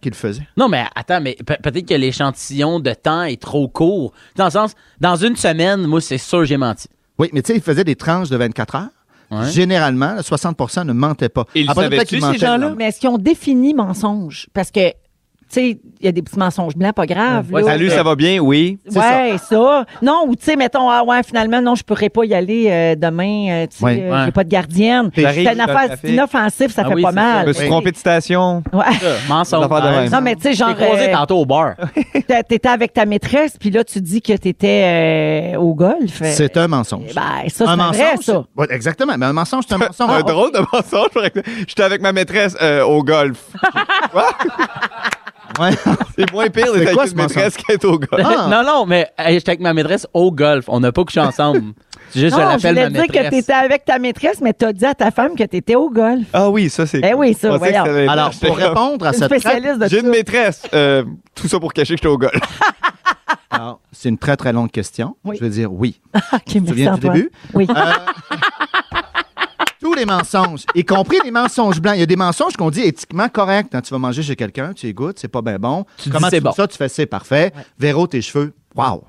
qui le faisaient. Non, mais attends, mais pe- peut-être que l'échantillon de temps est trop court. Dans le sens, dans une semaine, moi, c'est sûr, j'ai menti. Oui, mais tu sais, ils faisaient des tranches de 24 heures. Ouais. Généralement, là, 60 ne mentaient pas. Ils Après, savaient-tu, peut-être qu'ils ces mentaient le gens-là? lendemain. Mais est-ce qu'ils ont défini mensonge? Parce que, tu sais, il y a des petits mensonges blancs, pas grave. Ouais, là. Salut, ça va bien? Oui. c'est Ouais, ça. Non, ou tu sais, mettons, ah ouais, finalement, non, je pourrais pas y aller euh, demain, euh, tu sais, Ouais. euh, Ouais. j'ai pas de gardienne. J'arrive, C'est je suis une dans le affaire trafic. inoffensive, ça Ah fait oui, pas c'est Je mal. me suis Oui. trompé de station. Ouais. Euh, Ça, Mensonge. L'affaire de Ouais. même. Non, mais tu sais, Je genre, t'ai croisé euh, tantôt au bar. t'a- t'étais avec ta maîtresse, puis là, tu dis que t'étais euh, au golf. C'est un mensonge. Eh Ben, ça, un c'est vrai, ça. c'est- Ouais, exactement, mais un mensonge, c'est un mensonge. Un drôle de mensonge. par exemple. J'étais avec ma maîtresse euh, au golf. Ouais. C'est moins pire C'est d'être quoi, avec ce une maîtresse qu'être au golf. Ah. non, non, mais euh, j'étais avec ma maîtresse au golf. On n'a pas couché ensemble. C'est Juste, je Non, je l'appelle ma voulais dire que maîtresse. t'étais avec ta maîtresse, mais t'as dit à ta femme que t'étais au golf. Ah oui, ça c'est. Ben oui, ça, Je pensais que voyons. c'était l'inverse. Alors, J'étais pour comme, répondre à Une cette spécialiste de J'ai ça. une maîtresse. Euh, tout ça pour cacher que j'étais au golf. Alors, c'est une très, très longue question. Oui. Je veux dire oui. Ok, te merci, souviens du Antoine. début? Euh, Oui. Tous les mensonges, y compris les mensonges blancs. Il y a des mensonges qu'on dit éthiquement corrects. Quand tu vas manger chez quelqu'un, tu y goûtes, c'est pas bien bon. Tu Comment tu dis c'est fais bon. ça, tu fais c'est parfait. Véro, tes cheveux, wow.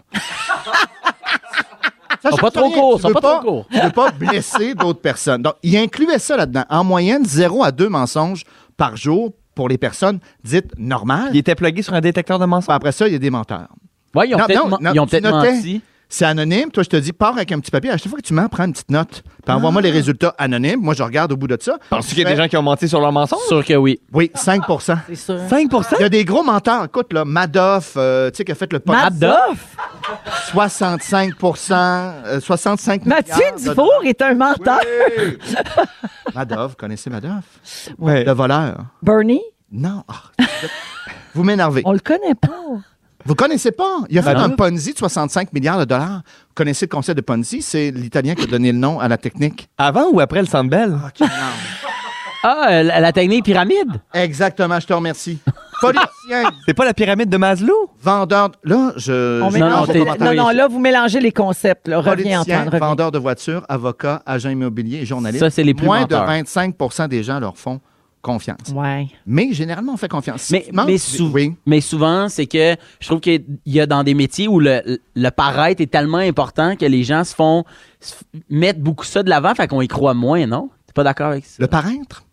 Ça, Sont je pas comprends trop rien. courts, Tu sont veux pas trop courts. Tu veux pas blesser d'autres personnes. Donc, il incluait ça là-dedans. En moyenne, 0 à 2 mensonges par jour pour les personnes dites normales. Il était plugué sur un détecteur de mensonges. Après ça, il y a des menteurs. Ouais, ils ont Non, peut-être non, men- non, ils ont tu peut-être notais. menti. C'est anonyme. Toi, je te dis, pars avec un petit papier. À chaque fois que tu m'en prends une petite note. Puis envoie-moi Ah. les résultats anonymes. Moi, je regarde au bout de ça. Ah, Penses-tu qu'il y a des gens qui ont menti sur leur mensonge? Sûr que oui. Oui, 5 C'est sûr. 5 Il y a des gros menteurs. Écoute, là, Madoff, euh, tu sais, qui a fait le podcast. Madoff! 65 euh, 65 Mathieu milliards de- Dufour est un menteur. Madoff, connaissez Madoff? Ouais. Le voleur. Bernie, Non. Ah, vous m'énervez. on le connaît pas. Vous connaissez pas? Il a fait non. un Ponzi de 65 milliards de dollars. Vous connaissez le concept de Ponzi? C'est l'Italien qui a donné le nom à la technique. Avant ou après le Centre Bell? Ah, euh, la, la technique pyramide. Exactement, je te remercie. Politicien, C'est pas la pyramide de Maslow? vendeur. de- Là, je. On je- mélange- mélange- non, vos t'es- commentaires. non, non, là, vous mélangez les concepts. Là. Reviens, Politicien, Antoine, reviens. vendeur de voitures, avocat, agent immobilier et journaliste. Ça, c'est les plus Moins menteurs. de 25 des gens leur font confiance. Ouais. Mais généralement, on fait confiance. Si Mais, tu manques- mais, sou- Oui. mais souvent, c'est que je trouve qu'il y a dans des métiers où le, le paraître est tellement important que les gens se font se f- mettre beaucoup ça de l'avant, fait qu'on y croit moins, non? T'es pas d'accord avec ça? Le parraintre?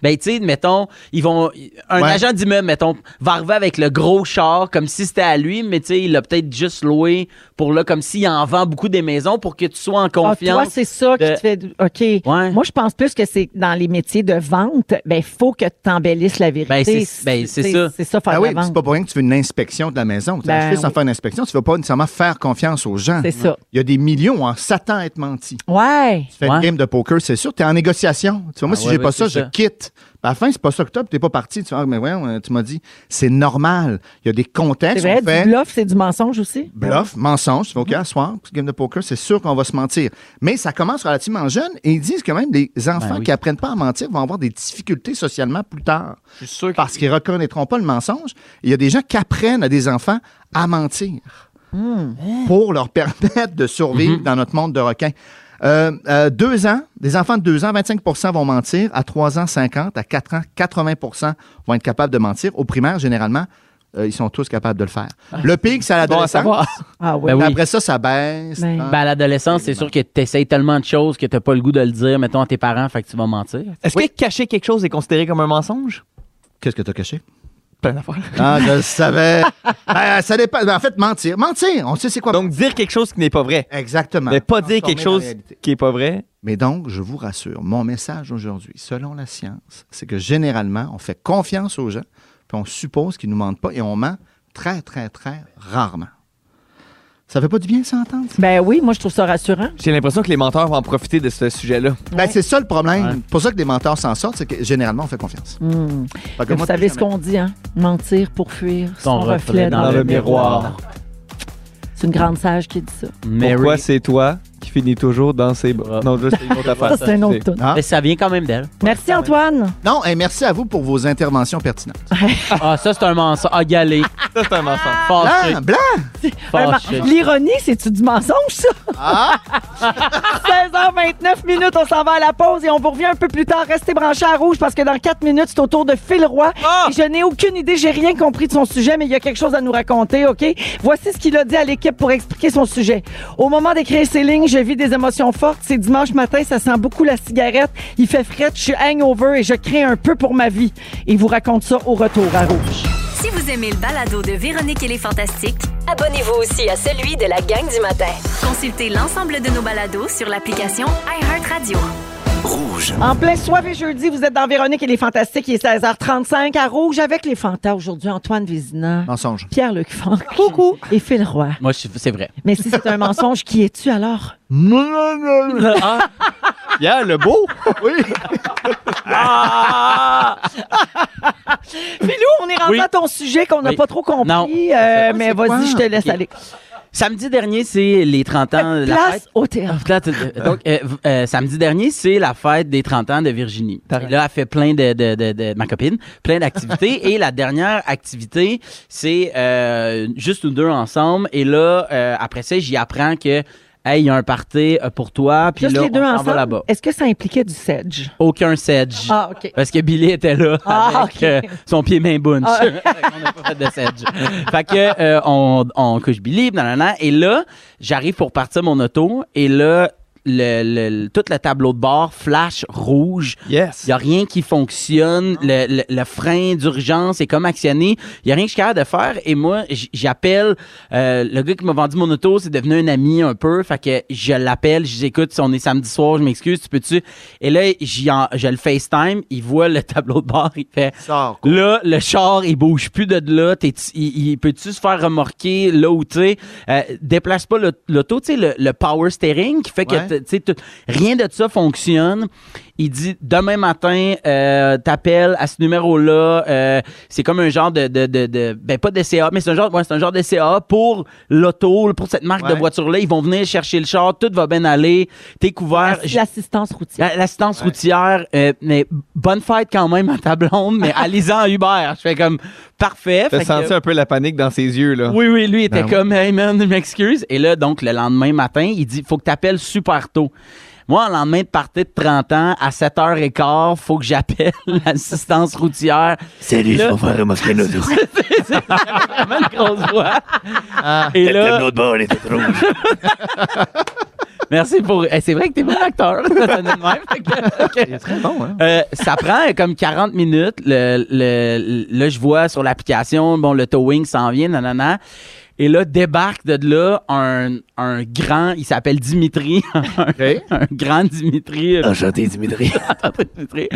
Ben, tu sais, mettons, ils vont. Un Ouais. agent d'immeuble, mettons, va arriver avec le gros char comme si c'était à lui, mais tu sais, il l'a peut-être juste loué pour là, comme s'il en vend beaucoup des maisons pour que tu sois en Ah, toi, confiance. c'est ça qui de- te fait. OK. Ouais. Moi, je pense plus que c'est dans les métiers de vente, ben, faut que tu embellisses la vérité. Ben, c'est- ben, c'est ça. C'est ça, faire Ah oui, de la c'est vente. pas pour rien que tu fais une inspection de la maison. Tu Ben as acheté sans oui. faire une inspection, tu ne vas pas nécessairement faire confiance aux gens. C'est ça. Il y a des millions en Satan à être menti. Ouais. Tu fais Ouais. une game de poker, c'est sûr, tu es en négociation. Tu vois, moi, Ah si ouais, j'ai ouais, pas ça, c'est je ça. quitte. Puis à la fin, c'est pas ça que tu n'es pas parti. Tu fais, ah, mais ouais, ouais, tu m'as dit, c'est normal. Il y a des C'est contextes. vrai, on fait- du bluff, c'est du mensonge aussi. Bluff, mensonge, tu vas OK, à soir, petite game de poker, c'est sûr qu'on va se mentir. Mais ça commence relativement jeune et ils disent que même les enfants oui. qui apprennent pas à mentir vont avoir des difficultés socialement plus tard. Parce qu'ils reconnaîtront pas le mensonge. Il y a des gens qui apprennent à des enfants à mentir pour leur permettre de survivre dans notre monde de requins. Euh, euh, deux ans, des enfants de deux ans, 25 vont mentir. À trois ans, 50. À quatre ans, 80 vont être capables de mentir. Au primaire, généralement, euh, ils sont tous capables de le faire. Le pic, c'est à Bon à l'adolescence. savoir. Ah oui. Ben oui. Puis Après ça, ça baisse. Ben. Ah. Ben, à l'adolescence, c'est sûr que tu tellement de choses que t'as pas le goût de le dire, mettons, à tes parents, fait que tu vas mentir. Est-ce que cacher quelque chose est considéré comme un mensonge? Qu'est-ce que t'as caché? Plein d'affaires. Ah, je le savais. Ben, ça dépend. Ben, en fait, mentir. Mentir. On sait c'est quoi. Donc, dire quelque chose qui n'est pas vrai. Exactement. Mais pas dire quelque Transformer la chose réalité. qui n'est pas vrai. Mais donc, je vous rassure, mon message aujourd'hui, selon la science, c'est que généralement, on fait confiance aux gens, puis on suppose qu'ils ne nous mentent pas, et on ment très, très, très rarement. Ça fait pas du bien s'entendre? Ben oui, moi, je trouve ça rassurant. J'ai l'impression que les menteurs vont en profiter de ce sujet-là. Ben, c'est ça le problème. pour ça que les menteurs s'en sortent, c'est que généralement, on fait confiance. Hmm. Fait que Mais moi, vous savez plus ce qu'on dit, hein? Mentir pour fuir son, reflet, dans, le miroir. C'est une grande sage qui dit ça. Mary. Pourquoi c'est toi qui finis toujours dans ses bras? Ah. Non, là, c'est une autre affaire. Ça, c'est un autre C'est- toune. Ah. Mais ça vient quand même d'elle. Merci, Antoine. Non, et merci à vous pour vos interventions pertinentes. Ah, ça, c'est un mensonge. Ah, galé. Ça, c'est un mensonge. Fâché. Blanc, blanc! Ah. Un Euh, ma- Fâché. L'ironie, c'est-tu du mensonge, ça? 16h29 minutes, on s'en va à la pause et on vous revient un peu plus tard. Restez branchés à rouge parce que dans 4 minutes, c'est au tour de Phil Roy. Et je n'ai aucune idée, j'ai rien compris de son sujet, mais il y a quelque chose à nous raconter, OK? Voici ce qu'il a dit à l'équipe pour expliquer son sujet. Au moment d'écrire ces lignes, je vis des émotions fortes. C'est dimanche matin, ça sent beaucoup la cigarette. Il fait fret, je suis hangover et je crée un peu pour ma vie. Et il vous raconte ça au retour à rouge. Si vous aimez le balado de Véronique et les Fantastiques, Abonnez-vous aussi à celui de la gang du matin. consultez l'ensemble de nos balados sur l'application iHeartRadio. En plein soir et jeudi, vous êtes dans Véronique et les Fantastiques. Il est 16h35 à Rouge avec les Fantas. Aujourd'hui, Antoine Vézina, Mensonge. Pierre-Luc Franck Coucou. et Phil Roy. Moi, je suis- c'est vrai. Mais si c'est un mensonge, qui es-tu alors? Pierre le beau. Oui. Ah. Philou, on est rendu Oui. à ton sujet qu'on n'a Oui. pas trop compris. Non. Ah, euh, mais vas-y, je te laisse Ok. aller. Samedi dernier, c'est les 30 ans de la fête. Place au théâtre. Là, t- euh, Donc, euh, v- euh, samedi dernier, c'est la fête des 30 ans de Virginie. Et là, elle fait plein de, de, de, de- ma copine, plein d'activités. et la dernière activité, c'est euh, juste nous deux ensemble. Et là, euh, après ça, j'y apprends que, hey, il y a un party euh, pour toi. Puis Juste là, les deux on s'en va ensemble. là-bas. Est-ce que ça impliquait du sedge? Aucun sedge. Ah, OK. Parce que Billy était là Ah, avec ok. euh, son pied main bunch. Ah. on n'a pas fait de sedge. fait que euh, on, on couche Billy, nanana, et là, j'arrive pour partir mon auto et là le, le- le- tout le tableau de bord flash rouge. Yes. Il n'y a rien qui fonctionne. Le, le- le frein d'urgence est comme actionné. Il n'y a rien que je suis capable de faire. Et moi, j- j'appelle euh, le gars qui m'a vendu mon auto. C'est devenu un ami un peu. Fait que je l'appelle. Je dis, écoute, si on est samedi soir, je m'excuse, tu peux-tu? Et là, j'y en- je le FaceTime. Il voit le tableau de bord. Il fait, Sors. Là, le char, il bouge plus de là. T'es- il, il- peut-tu se faire remorquer là où tu sais? Euh, déplace pas le- l'auto, tu sais, le, le power steering qui fait que Ouais. t- tu sais, tout- rien de ça fonctionne. Il dit demain matin, euh, t'appelles à ce numéro-là. euh, c'est comme un genre de, de, de, de- ben pas de CA, mais c'est un genre, ouais, c'est un genre de CA pour l'auto, pour cette marque de Ouais. voiture-là. Ils vont venir chercher le char, tout va bien aller. T'es couvert. Ah, Je- L'assistance routière. la- L'assistance routière, euh, mais bonne fête quand même à ta blonde, mais allez-en à Uber. Je fais comme parfait. T'as Fait que- senti un peu la panique dans ses yeux, là. oui, oui, lui était Ben oui. comme Hey man, je m'excuse. Et là, donc, le lendemain matin, il dit Faut que t'appelles super tôt. Moi, le lendemain de partie de 30 ans, à 7h15, faut que j'appelle l'assistance routière. Salut, Là- je vais faire remarquer nos ours. Vraiment une grosse voix. Et Peut-être que là, l'autre bord elle est toute rouge. merci pour. Eh, C'est vrai que t'es bon acteur. ça sonnait de même. Fait que- Il est très bon, hein? Euh, ça prend euh, comme 40 minutes. Le, le- le- là, je vois sur l'application, bon, le towing s'en vient, nanana. Et là, débarque de là un, un grand, il s'appelle Dimitri, un, un grand Dimitri. euh, Enchanté, Dimitri. Dimitri.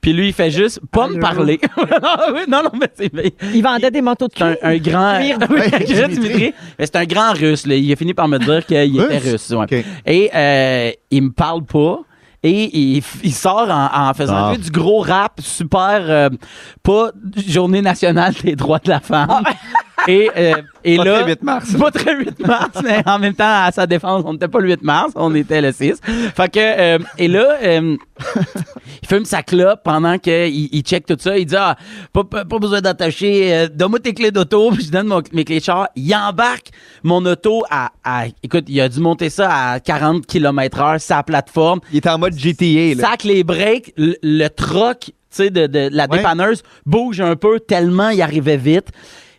Puis lui, il fait juste pas me parler. non, oui, non, non, mais c'est Il vendait des manteaux de Ah, c'est cuir. un, un grand. Cuir. Oui, un Ouais, grand Dimitri. Dimitri. Mais c'est un grand russe, là. Il a fini par me dire qu'il était Russe? russe. ouais. OK. Et euh, il me parle pas. Et il, f- il sort en, en faisant Ah. un peu du gros rap, super euh, pas journée nationale des droits de la femme. Ah. Et, euh, et Pas là, très 8 mars. Pas très 8 mars, mais en même temps, à sa défense, on n'était pas le 8 mars, on était le 6. Fait que, euh, et là, euh, il fume sa clope pendant qu'il il check tout ça. Il dit ah, pas, pas- pas besoin d'attacher. euh, Donne-moi tes clés d'auto. Puis je donne mon- mes clés de char. Il embarque mon auto à, à- Écoute, il a dû monter ça à 40 km/h, sa plateforme. Il était en mode GTA, là. Sac les breaks. Le, le troc tu sais, de, de la Ouais. dépanneuse bouge un peu tellement il arrivait vite.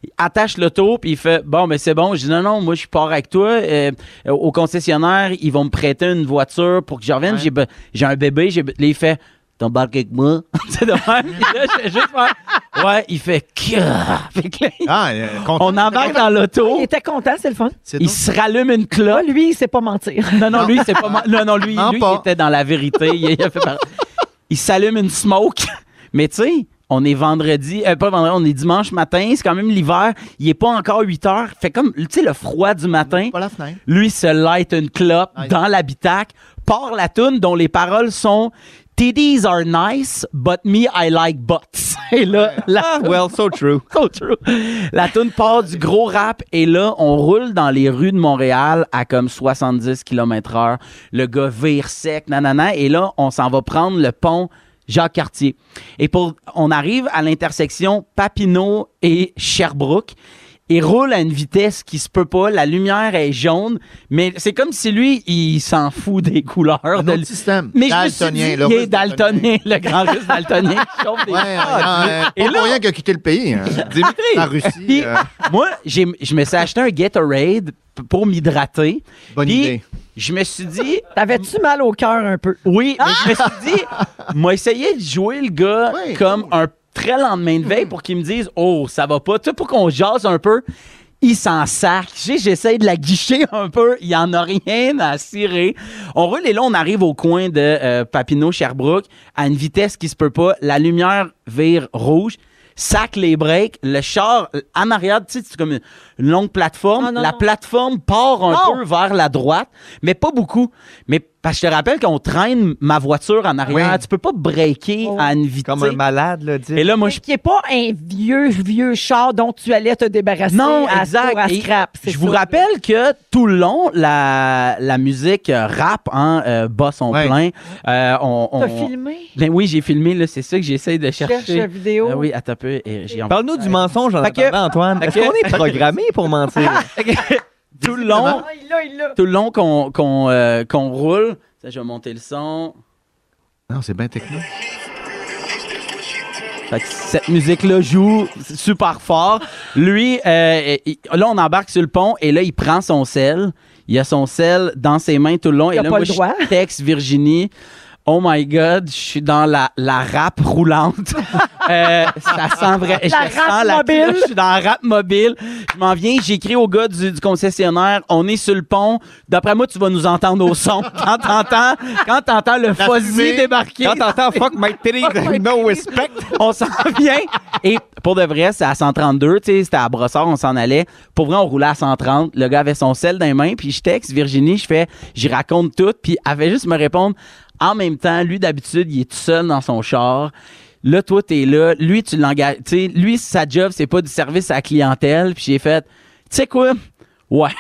Il attache l'auto, puis il fait Bon, mais c'est bon. Je dis Non, non, moi, je pars avec toi. Euh, au concessionnaire, ils vont me prêter une voiture pour que je revienne. J'ai be- J'ai un bébé. j'ai be- Là, il fait T'embarques avec moi. c'est de même. Puis là, je fais juste faire- Ouais, il fait Kia. Fait que là, il- Ah, euh, contre- On embarque dans Il l'auto. était content, c'est le fun. c'est Il donc- se rallume une clope. Là, lui, il sait pas mentir. Non, non, lui, c'est pas moi. Non, non, lui, Ment lui, pas. il était dans la vérité. Il, il a fait par- il s'allume une smoke. Mais tu sais, on est vendredi, euh, pas vendredi, on est dimanche matin, c'est quand même l'hiver. Il est pas encore 8 heures. Fait comme, tu sais, le froid du matin. Pas la fenêtre. Lui se light une clope Nice. dans l'habitacle, part la toune dont les paroles sont Titties are nice, but me I like butts. Et là, Ah, la, Well, so true. So true. La toune part du gros rap et là, on roule dans les rues de Montréal à comme 70 km heure. Le gars vire sec, nanana. Et là, on s'en va prendre le pont Jacques-Cartier. Et pour, on arrive à l'intersection Papineau et Sherbrooke. il roule à une vitesse qui se peut pas. La lumière est jaune, mais c'est comme si lui, il s'en fout des couleurs. Un De... autre système. Mais je me suis Daltonien, dit, le il est russe daltonien. daltonien, le grand russe daltonien. qui chauffe des- Ouais, ah, Et et là- là, rien qui a quitté le pays. hein. La Russie, Puis, euh, moi, j'ai- je me suis acheté un Gatorade p- pour m'hydrater. bonne Puis, idée. Je me suis dit, T'avais-tu mal au cœur un peu? Oui, mais je me Ah! suis dit, moi, essayer de jouer le gars Oui, comme un très lendemain de veille pour qu'il me dise, oh, ça va pas. Tu sais, pour qu'on jase un peu. Il s'en sac. Tu sais, J'essaie de la guicher un peu. Il en a rien à cirer. On roule et là, on arrive au coin de euh, Papineau-Sherbrooke à une vitesse qui se peut pas. La lumière vire rouge. Sac les breaks. Le char, euh, en arrière, tu sais, c'est comme une une longue plateforme. Ah, non, la non. plateforme part un Non. peu vers la droite, mais pas beaucoup. Mais parce que je te rappelle qu'on traîne ma voiture en arrière. Oui. Tu peux pas breaker Oh. à une vitesse. Comme un malade, là, dis. Et là, moi, Moi, je. je qui est pas un vieux, vieux char dont tu allais te débarrasser Non, à, exact. pour à Et scrap. c'est Je vous ça. rappelle que tout le long, la, la musique euh, rap, hein, euh, bat son Ouais. plein. Euh, on, T'as on- filmé? Ben oui, j'ai filmé, là, c'est ça que j'essaie de chercher. Cherche la vidéo. Ah oui, attends un peu. et j'ai envoyé- Parle-nous du mensonge en Fait que- attendant, ben, Antoine. fait Est-ce qu'on que- Ah, est programmé pour mentir? tout le long, Ah, il l'a, il l'a. tout le long qu'on qu'on, euh, qu'on roule. Ça, je vais monter le son. Non, c'est bien technique. Fait que cette musique-là joue super fort. Lui, euh, il- là, on embarque sur le pont et là, il prend son sel. Il a son sel dans ses mains tout le long. Il et a là, pas moi, le droit. je texte Virginie. Oh my God, je suis dans la, la rap roulante. Euh, ça sent vrai. je La sens rap mobile. cloche, Je suis dans la rap mobile. Je m'en viens, j'écris au gars du, du concessionnaire. On est sur le pont. D'après moi, tu vas nous entendre au son. Quand t'entends, quand t'entends le La fuzzy fumée. débarquer, Quand t'entends fuck my titty, no respect. on s'en vient. Et pour de vrai, c'est à 132, tu sais, c'était à Brossard, on s'en allait. Pour vrai, on roulait à 130. Le gars avait son sel dans les mains, puis je texte Virginie, je fais, j'y raconte tout, puis elle fait juste me répondre. En même temps, lui, d'habitude, il est tout seul dans son char. Là, toi, t'es là. Lui, tu l'engages. Tu sais, lui, sa job, c'est pas du service à la clientèle. Puis j'ai fait, tu sais quoi? Ouais.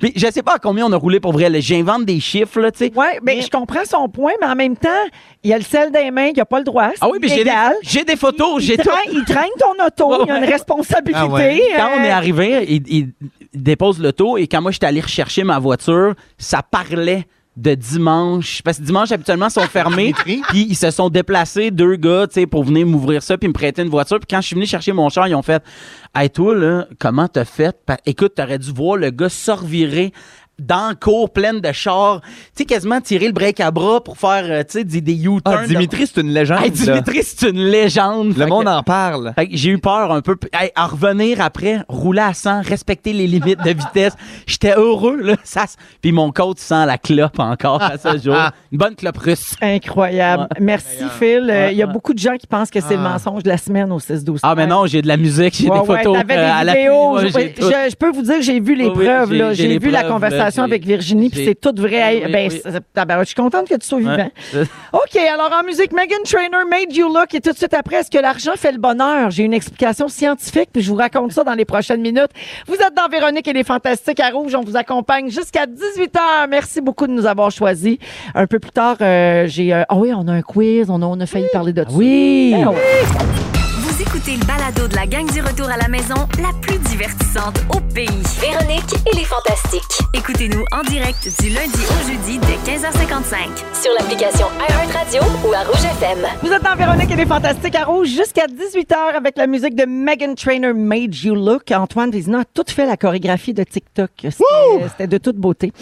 Puis je sais pas à combien on a roulé pour vrai. là. J'invente des chiffres, là, tu sais. Oui, mais je comprends son point, mais en même temps, il y a le sel des mains, il n'y a pas le droit. Ah oui, puis j'ai des, légal. j'ai des photos, Il j'ai tout. traîne- Il traîne ton auto, il y a une Ouais. responsabilité. Ah ouais. Quand on euh, est arrivé, il, il- il dépose l'auto et quand moi j'étais allé rechercher ma voiture, ça parlait de dimanche. Parce que dimanche, habituellement, ils Ah, sont fermés. Dimitri? Puis ils se sont déplacés, deux gars, tu sais, pour venir m'ouvrir ça puis me prêter une voiture. Puis quand je suis venu chercher mon char, ils ont fait Hey, toi, là, comment t'as fait Pa- Écoute, t'aurais dû voir le gars se revirer dans le cours pleine de chars. Tu sais, quasiment tirer le break à bras pour faire, euh, tu sais, des, des U-turns. Ah, Dimitri, c'est une légende. Hey, là. Dimitri, c'est une légende. Fait Le que- monde en parle. fait que j'ai eu peur un peu. Puis, hey, à revenir après, rouler à 100, respecter les limites de vitesse. J'étais heureux, là. Ça, se- puis mon coach sent la clope encore à ce jour. Une bonne clope russe. Incroyable. Merci, Phil. Euh, Il y a beaucoup de gens qui pensent que c'est le Ah. mensonge de la semaine au 6-12. Ah, mais non, j'ai de la musique, j'ai Ouais, des ouais, photos t'avais euh, des à la vidéos. ouais, je, j'ai tout. je- je peux vous dire que j'ai vu les Oui, oui, preuves. j'ai- là. j'ai J'ai les vu la preuves, là, conversation j'ai- avec Virginie, puis j'ai- Ah c'est tout vrai. Oui, oui, ben, oui. c'est- tabarouette, je suis contente que tu sois vivant. Ouais. OK, alors en musique, Megan Trainer, Made You Look, et tout de suite après, est-ce que l'argent fait le bonheur? J'ai une explication scientifique, puis je vous raconte ça dans les prochaines minutes. Vous êtes dans Véronique et les Fantastiques à Rouge. On vous accompagne jusqu'à 18h. Merci beaucoup de nous avoir choisis. Un peu plus tard, euh, j'ai... euh, Ah oui, on a un quiz, on a, on a failli parler de ça. Oui! Ben ouais. Vous écoutez le balado de la gang du retour à la maison, la plus divertissante au pays. Véronique et les Fantastiques. Écoutez-nous en direct du lundi au jeudi dès 15h55. Sur l'application iHeartRadio ou à Rouge FM. Vous êtes dans Véronique et les Fantastiques à Rouge jusqu'à 18h avec la musique de Megan Trainer Made You Look. Antoine Vézina a tout fait la chorégraphie de TikTok. C'était- C'était de toute beauté.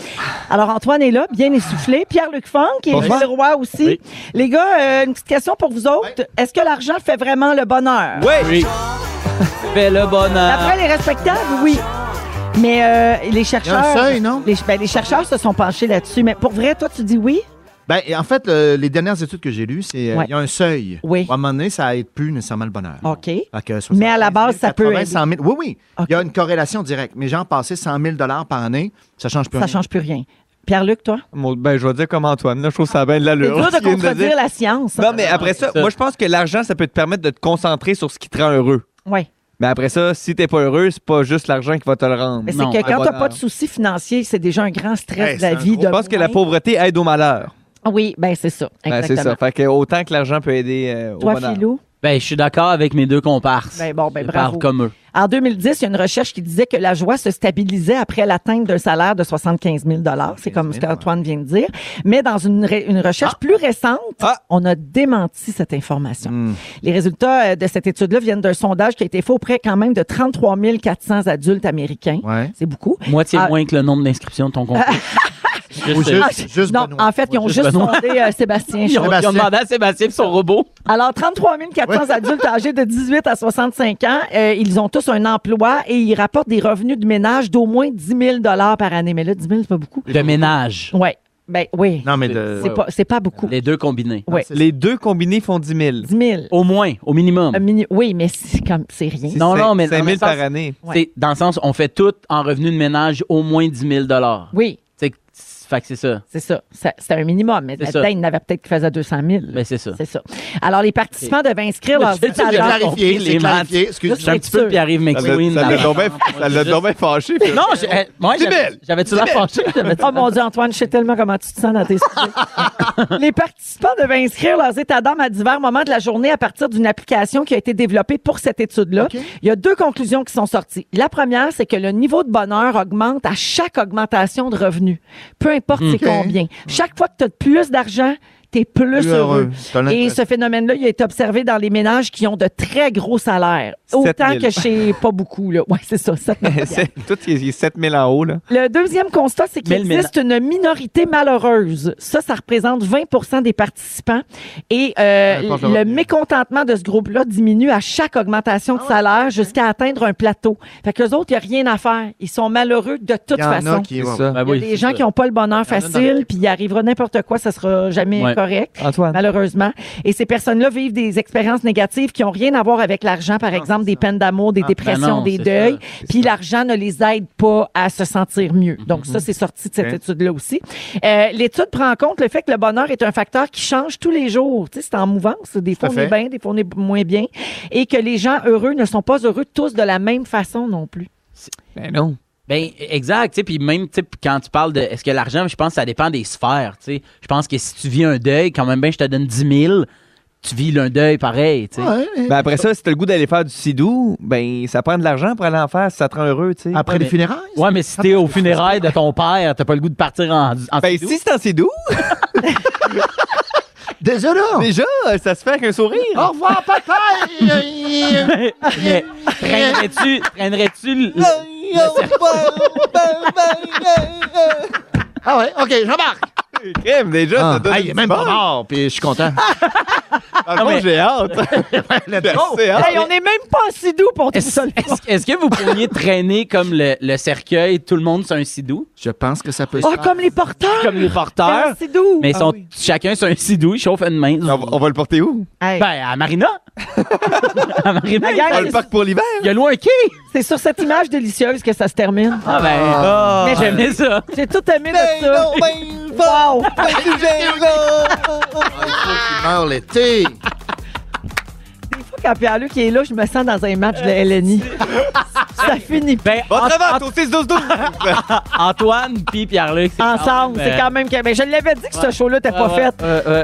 Alors Antoine est là, bien essoufflé. Pierre-Luc Funk et Bonsoir. Gilles Roy aussi. Oui. Les gars, euh, une petite question pour vous autres. Est-ce que l'argent fait vraiment le bonheur? Oui! Fais le bonheur. Après les respectables, oui. Mais euh, les Il y a chercheurs... un seuil, non? Les, ben, les chercheurs se sont penchés là-dessus. Mais pour vrai, toi, tu dis oui? Ben, et en fait, le- les dernières études que j'ai lues, c'est euh, il Ouais. y a un seuil. Oui. À un moment donné, ça aide plus nécessairement le bonheur. OK. Fait que 75 Mais à la base, ça peut 80, aider. 100 000. Oui, oui. OK. Il y a une corrélation directe. Mais genre, passer 100 000 par année, ça change plus Ça rien. change plus rien. Pierre-Luc, toi? Mon- Ben, je vais dire comme Antoine. Là, je trouve ça a bien de C'est l'allure. dur Ce de qu'il vient dire. contredire la science. hein. Non, mais après ça, c'est ça. moi, je pense que l'argent, ça peut te permettre de te concentrer sur ce qui te rend heureux. Oui. Mais après ça, si t'es pas heureux, c'est pas juste l'argent qui va te le rendre. Mais c'est Non, que un quand t'as bonheur. pas de soucis financiers, c'est déjà un grand stress Hey, de c'est la un vie. gros- De Je pense que la moins. pauvreté aide au malheur. Oui, ben c'est ça. Ben, c'est Exactement. ça. Fait que autant que l'argent peut aider euh, au Toi, bonheur. Philou, Ben, je suis d'accord avec mes deux comparses. Ben bon, ben Je bravo. parle comme eux. En 2010, il y a une recherche qui disait que la joie se stabilisait après l'atteinte d'un salaire de 75 000 C'est comme ce 75 000, qu'Antoine vient de dire. Mais dans une, ré- une recherche plus récente, Ah. on a démenti cette information. Les résultats euh, de cette étude-là viennent d'un sondage qui a été fait auprès quand même de 33 400 adultes américains. Ouais. C'est beaucoup. Moitié Ah. moins que le nombre d'inscriptions de ton concours. Ou sais. juste, Ah, juste non, Benoît. en fait, ils ont Juste juste Benoît. sondé euh, Sébastien. Ils ont, ils ont Sébastien. demandé à Sébastien pis son robot. Alors, 33 400 adultes âgés de 18 à 65 ans, euh, ils ont tous un emploi et ils rapportent des revenus de ménage d'au moins 10 000 par année. Mais là, 10 000, c'est pas beaucoup. De ménage. Ouais. Ben oui. Non, mais de- C'est pas, c'est pas beaucoup. Les deux combinés. Ouais. c'est- Les deux combinés font 10 000. 10 000. Au moins, au minimum. Un mini- oui, mais c'est comme, c'est rien. C'est Non, cin- non, mais- 5 mais 000 ça, par c'est- année. C'est Dans le sens, on fait tout en revenu de ménage au moins 10 000 Oui, C'est que- Fait que c'est ça. c'est ça. Ça- C'est un minimum. Mais C'est là-dedans, ça. il y en avait peut-être qui faisaient 200 000. Ben, c'est ça. C'est ça. Alors, les participants devaient inscrire Mais leurs c'est- C'est j'ai états clarifié, clarifié, les c'est clarifié. Excuse-moi. J'ai un petit peu sûr. Pierre-Yves Ça l'a- McQueen. ça dans- l'a donc bien- ça l'a Juste- donc bien fâché. Phil. Non, j'ai- eh, moi, C'est j'avais- belle. j'avais-tu l'air fâché? J'avais- Oh mon Dieu, Antoine, je sais tellement comment tu te sens dans tes sujets. Les participants devaient inscrire leurs états d'âme à divers moments de la journée à partir d'une application qui a été développée pour cette étude-là. Il y a deux conclusions qui sont sorties. La première, c'est que le niveau de bonheur augmente à chaque augmentation de revenus. Peu importe c'est combien. Chaque fois que tu as plus d'argent, tu es plus, Plus heureux. heureux. T'as Et l'impression- ce phénomène-là, il a été observé dans les ménages qui ont de très gros salaires. 7 000. Autant que chez pas beaucoup, là. Ouais, c'est ça, 7 000. C'est- Tout il y a 7 000 en haut. Là. Le deuxième constat, c'est qu'il Mais le existe une minorité malheureuse. Ça, ça représente 20 des participants. Et euh, Peu importe le le revenu. mécontentement de ce groupe-là diminue à chaque augmentation de salaire jusqu'à atteindre un plateau. Fait que les autres, il n'y a rien à faire. Ils sont malheureux de toute Il y en façon. a qui C'est vont- ça. Ben Il y a oui, des c'est gens ça. qui n'ont pas le bonheur Il y en a facile, puis il arrivera n'importe quoi, ça sera jamais Ouais. correct. Antoine. Ben, Malheureusement. Et ces personnes-là vivent des expériences négatives qui n'ont rien à voir avec l'argent, par exemple des peines d'amour, des dépressions, Ah, ben non, des c'est deuils. ça, Mhm, Puis l'argent ne les aide pas à se sentir mieux. Donc ça, c'est sorti de cette Ok. étude-là aussi. Euh, L'étude prend en compte le fait que le bonheur est un facteur qui change tous les jours. Tu sais, c'est en mouvance. Des fois, Tout on à est fait. bien, des fois, on est moins bien. Et que les gens heureux ne sont pas heureux tous de la même façon non plus. Ben non. Ben exact, tu sais, puis même tu sais, quand tu parles de est-ce que l'argent, je pense que ça dépend des sphères, tu sais. Je pense que si tu vis un deuil, quand même ben je te donne 10 000, tu vis un deuil pareil, tu sais. Ouais, mais- Ben après ça, si t'as le goût d'aller faire du sidou, ben ça prend de l'argent pour aller en faire si ça te rend heureux, tu sais. Après les funérailles? Ouais, mais si t'es au funérailles de ton père, t'as pas le goût de partir en, en Ben sidou. si c'est en sidou, Déjà là! déjà, ça se fait avec un sourire. Oh. Au revoir, papa! Euh, Mais traînerais-tu, traînerais-tu le- ah ouais, OK, j'embarque! Crème, déjà, Ah, ça donne hey, il est même pas mort, puis je suis content. Moi, j'ai hâte. Let's go! C'est hâte. Hey, on n'est même pas si doux pour tout Est-ce, ça. est-ce- est-ce que vous pourriez traîner comme le, le cercueil, tout le monde sur un sidou, Je pense que ça peut se Oh, faire. comme les porteurs! comme les porteurs, C'est doux! mais ils sont chacun sur un sidou, ils chauffent une main. On va, on va le porter où? Hey. Ben à Marina. à Marina. La guerre, On le porte pour l'hiver? Il y a loin qui? C'est sur cette image délicieuse que ça se termine. Ah ben ben, Mais mais j'aimais ça. J'ai tout aimé de ça. Wow! Il meurt l'été! Des fois, quand Pierre-Luc est là, je me sens dans un match de LNI. ça finit pas. Ben, Bon Ant- travail, Ant- ton 6-12-12! Antoine puis Pierre-Luc, c'est euh, Ensemble, c'est quand même... que- Ben, je l'avais dit que ce show-là t'es pas fait.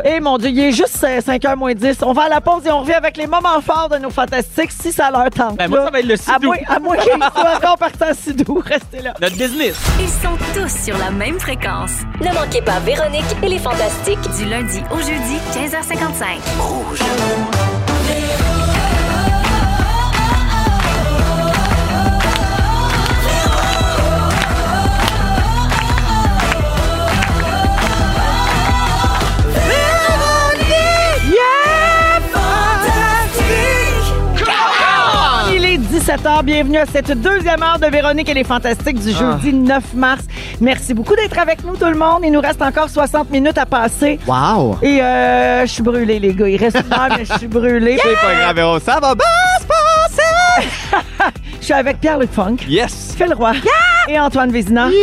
Eh mon Dieu, il est juste 5h moins 10. On va à la pause et on revient avec les moments forts de nos fantastiques si ça leur tente. Ben, moi, là. ça va être le à sidou. moins, à moins qu'ils soient encore partants si doux. Restez là. Notre business. Ils sont tous sur la même fréquence. Ne manquez pas Véronique et les Fantastiques. Du lundi au jeudi, 15h55. Il est 17h. Bienvenue à cette deuxième heure de Véronique et les Fantastiques Ah. du jeudi 9 mars. Merci beaucoup d'être avec nous, tout le monde. Il nous reste encore 60 minutes à passer. Wow! Et euh, je suis brûlée, les gars. Il reste une heure, mais je suis brûlée. C'est pas grave, Véro, ça va bien se passer! Je suis avec Pierre-Luc Funk. Yes! Phil Roy et Antoine Vézina.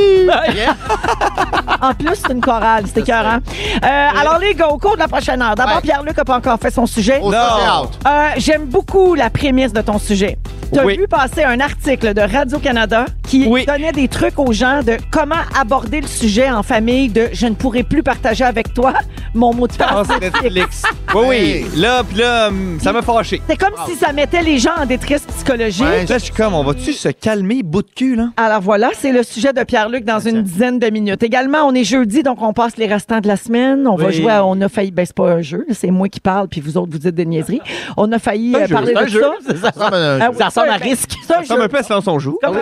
Ah, en plus, c'est une chorale, c'est écœurant. Euh, alors, les gars, au cours de la prochaine heure, d'abord, Ouais. Pierre-Luc n'a pas encore fait son sujet. Au Non. out! Euh, J'aime beaucoup la prémisse de ton sujet. Tu as Oui. vu passer un article de Radio-Canada qui Oui. donnait des trucs aux gens de comment aborder le sujet en famille de je ne pourrai plus partager avec toi mon mot de Ah, passe. c'est Netflix. Oui, oui. Là, puis là, hum, ça m'a fâché. C'est comme si ça mettait les gens en détresse psychologique. Ouais, Là, je suis comme, on va-tu se calmer, bout de cul, là? Alors voilà, c'est le sujet de Pierre-Luc dans une dizaine de minutes. Également, on est jeudi, donc on passe les restants de la semaine. On va Oui. jouer à On a failli. Ben, c'est pas un jeu, c'est moi qui parle, puis vous autres, vous dites des niaiseries. On a failli C'est un euh, jeu, parler c'est de un jeu, ça. c'est ça. Ah, ben, Ah euh, oui, Ça ressemble c'est à un- risque. c'est un jeu. Comme un peu à silence on joue. Comme-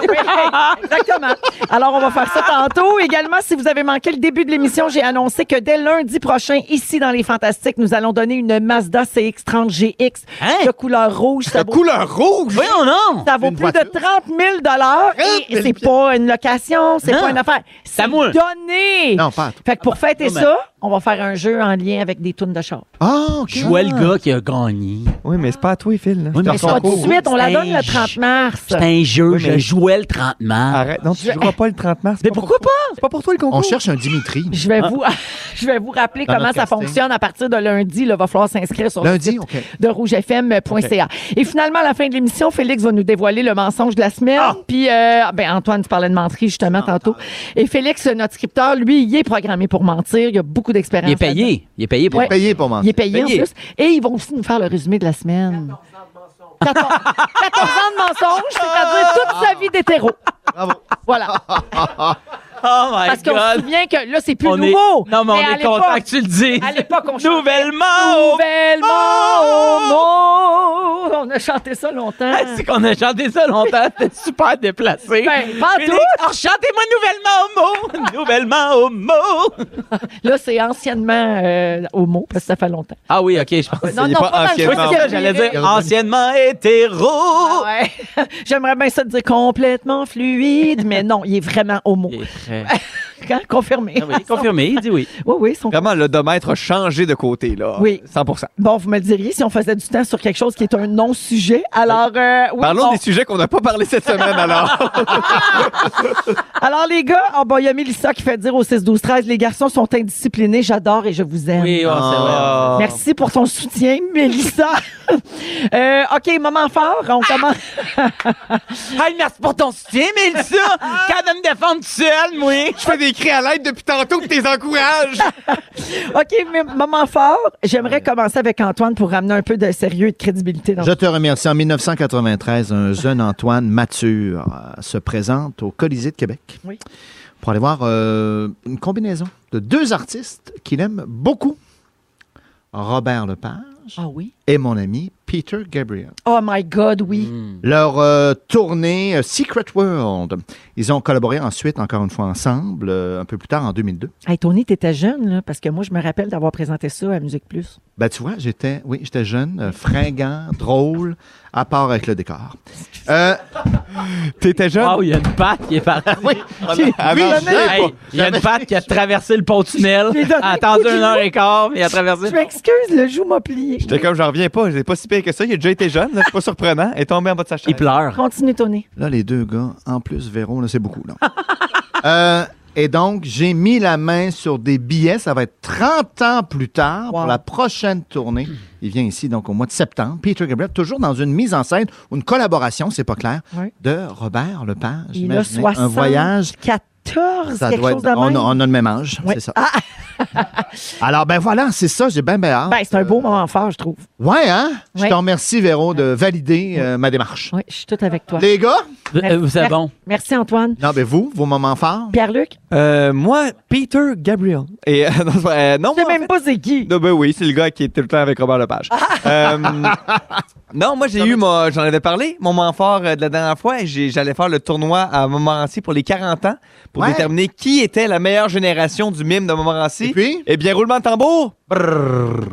Exactement. Alors, on va faire ça tantôt. Également, si vous avez manqué le début de l'émission, j'ai annoncé que dès lundi prochain, ici dans Les Fantastiques, nous allons donner une Mazda CX-30 GX Hein? de couleur rouge. Ça La vaut, couleur rouge! Voyons non! ça vaut Une plus de voiture. 30 000 et, et c'est pas une location, c'est Non. pas une affaire. C'est à moi. donné. Non, pas à toi. Fait que pour fêter non, mais- ça, on va faire un jeu en lien avec des tunes de char. Ah, OK. Je vois le gars qui a gagné. Oui, mais c'est pas à toi, Phil. là. Oui, Je mais te Pas c'est ressens pas tout de Ah, cool. suite, on la C'est donne un le 30 mars. C'est un jeu, Oui, je mais- jouais le 30 Ah, mars. Arrête. Non, tu joueras pas le 30 mars. c'est Mais pas pourquoi pas? C'est pas pour toi le concours. On cherche un Dimitri. Je vais, vous, je vais vous rappeler Dans comment notre ça casting. fonctionne à partir de lundi. Il va falloir s'inscrire sur le Lundi, site OK. de euh, rougefm.ca. Et finalement, à la fin de l'émission, Félix va nous dévoiler le mensonge de la semaine. Ah! Puis, euh, ben, Antoine, tu parlais de menterie justement tantôt. Et Félix, notre scripteur, lui, il est programmé pour mentir. Il a beaucoup d'expérience. Il est payé. Il est payé pour Ouais. Payé Il pour est mentir. payé, Payé. en plus. Et ils vont aussi nous faire le résumé de la semaine. 14 ans de mensonge. 14 ans de mensonge, c'est-à-dire toute sa vie d'hétéro. Bravo. Voilà. Oh my Parce qu'on se God! souvient que là, c'est plus On est- nouveau. Non, mais on à est content l'époque- que tu le dises. à l'époque, on chantait- Nouvellement! Nouvellement au monde. On a chanté ça longtemps. Ah, C'est qu'on a chanté ça longtemps, c'était super déplacé. Ben, pas Félix, tout. alors chantez-moi nouvellement homo! nouvellement homo! Là, c'est anciennement euh, homo, parce que ça fait longtemps. Ah oui, ok, je pense. Non, il est non, pas pas, Oui, c'est anciennement. dans le ça, j'allais dire anciennement hétéro! Ah, Ouais. J'aimerais bien ça te dire complètement fluide, mais non, il est vraiment homo. Il est très- Hein, Confirmé. Ah oui, confirmé, il dit oui. Oui, oui, ils sont- Vraiment, l'odomètre a changé de côté, là. Oui. 100 Bon, vous me le diriez si on faisait du temps sur quelque chose qui est un non-sujet. Alors, euh, oui, Parlons bon. des sujets qu'on n'a pas parlé cette semaine, alors. Alors, les gars, oh, bon, il y a Mélissa qui fait dire au 6-12-13, les garçons sont indisciplinés, j'adore et je vous aime. Oui, ouais, Ah. Merci pour ton soutien, Mélissa. Euh, OK, moment fort, on commence. c'est vrai. Hey, merci pour ton soutien, Mélissa! Ah. Quand elle me défendre toute seule, moi! Je fais des cris à l'aide depuis tantôt que t'es encourages. OK, mais moment fort, j'aimerais commencer avec Antoine pour ramener un peu de sérieux et de crédibilité. Dans... Je te remercie. En 1993, un jeune Antoine mature euh, se présente au Colisée de Québec Oui. pour aller voir euh, une combinaison de deux artistes qu'il aime beaucoup. Robert Lepage Ah oui? et mon ami Peter Gabriel. Oh my God, oui. Leur euh, tournée euh, Secret World. Ils ont collaboré ensuite, encore une fois, ensemble, euh, un peu plus tard, en 2002. Hey, Tony, t'étais jeune, là, parce que moi, je me rappelle d'avoir présenté ça à Musique Plus. Ben, tu vois, j'étais, oui, j'étais jeune, euh, fringant, drôle, à part avec le décor. Euh, T'étais jeune? Wow, il y a une patte qui est partie. oui, oui, avant, je- Hey, il y a une patte qui a traversé le pont-tunnel, Je l'ai donné a attendu un coup une de heure et quart, puis il a traversé. Je m'excuse, le joue m'a plié. J'étais comme, j'en reviens pas. J'ai pas si pire que ça. Il a déjà été jeune. là. C'est pas surprenant. Il est tombé en bas de sa chaise. Il pleure. Continue, Tony. Là, les deux gars, en plus, Véro, là, c'est beaucoup. Là. Euh, et donc, j'ai mis la main sur des billets. Ça va être 30 ans plus tard Wow. pour la prochaine tournée. Il vient ici, donc, au mois de septembre. Peter Gabriel, toujours dans une mise en scène, ou une collaboration, c'est pas clair, Oui. de Robert Lepage. Il a Imaginez, Un 74, voyage. quelque chose de on, même. a, on a le même âge, Oui. Ah! c'est ça. Alors, ben voilà, c'est ça, j'ai bien, bien hâte. Ben, c'est un beau moment fort, je trouve. Ouais, hein? Oui. Je te remercie, Véro, de valider euh, ma démarche. Oui, je suis tout avec toi. Les gars? Euh, C'est Merci. bon. Merci, Antoine. Non, ben vous, vos moments forts? Pierre-Luc, Euh, moi, Peter Gabriel. Et, euh, non, c'est pas- euh, non, je sais moi, en même pas c'est qui. Non, ben oui, c'est le gars qui est tout le temps avec Robert Lepage. Ah! Euh, non, moi, j'ai eu, mon- j'en avais parlé, mon moment fort euh, de la dernière fois. et j'ai- J'allais faire le tournoi à Montmorency pour les 40 ans pour Ouais. déterminer qui était la meilleure génération du mime de Montmorency. Et puis? Eh bien, roulement de tambour. Brrr.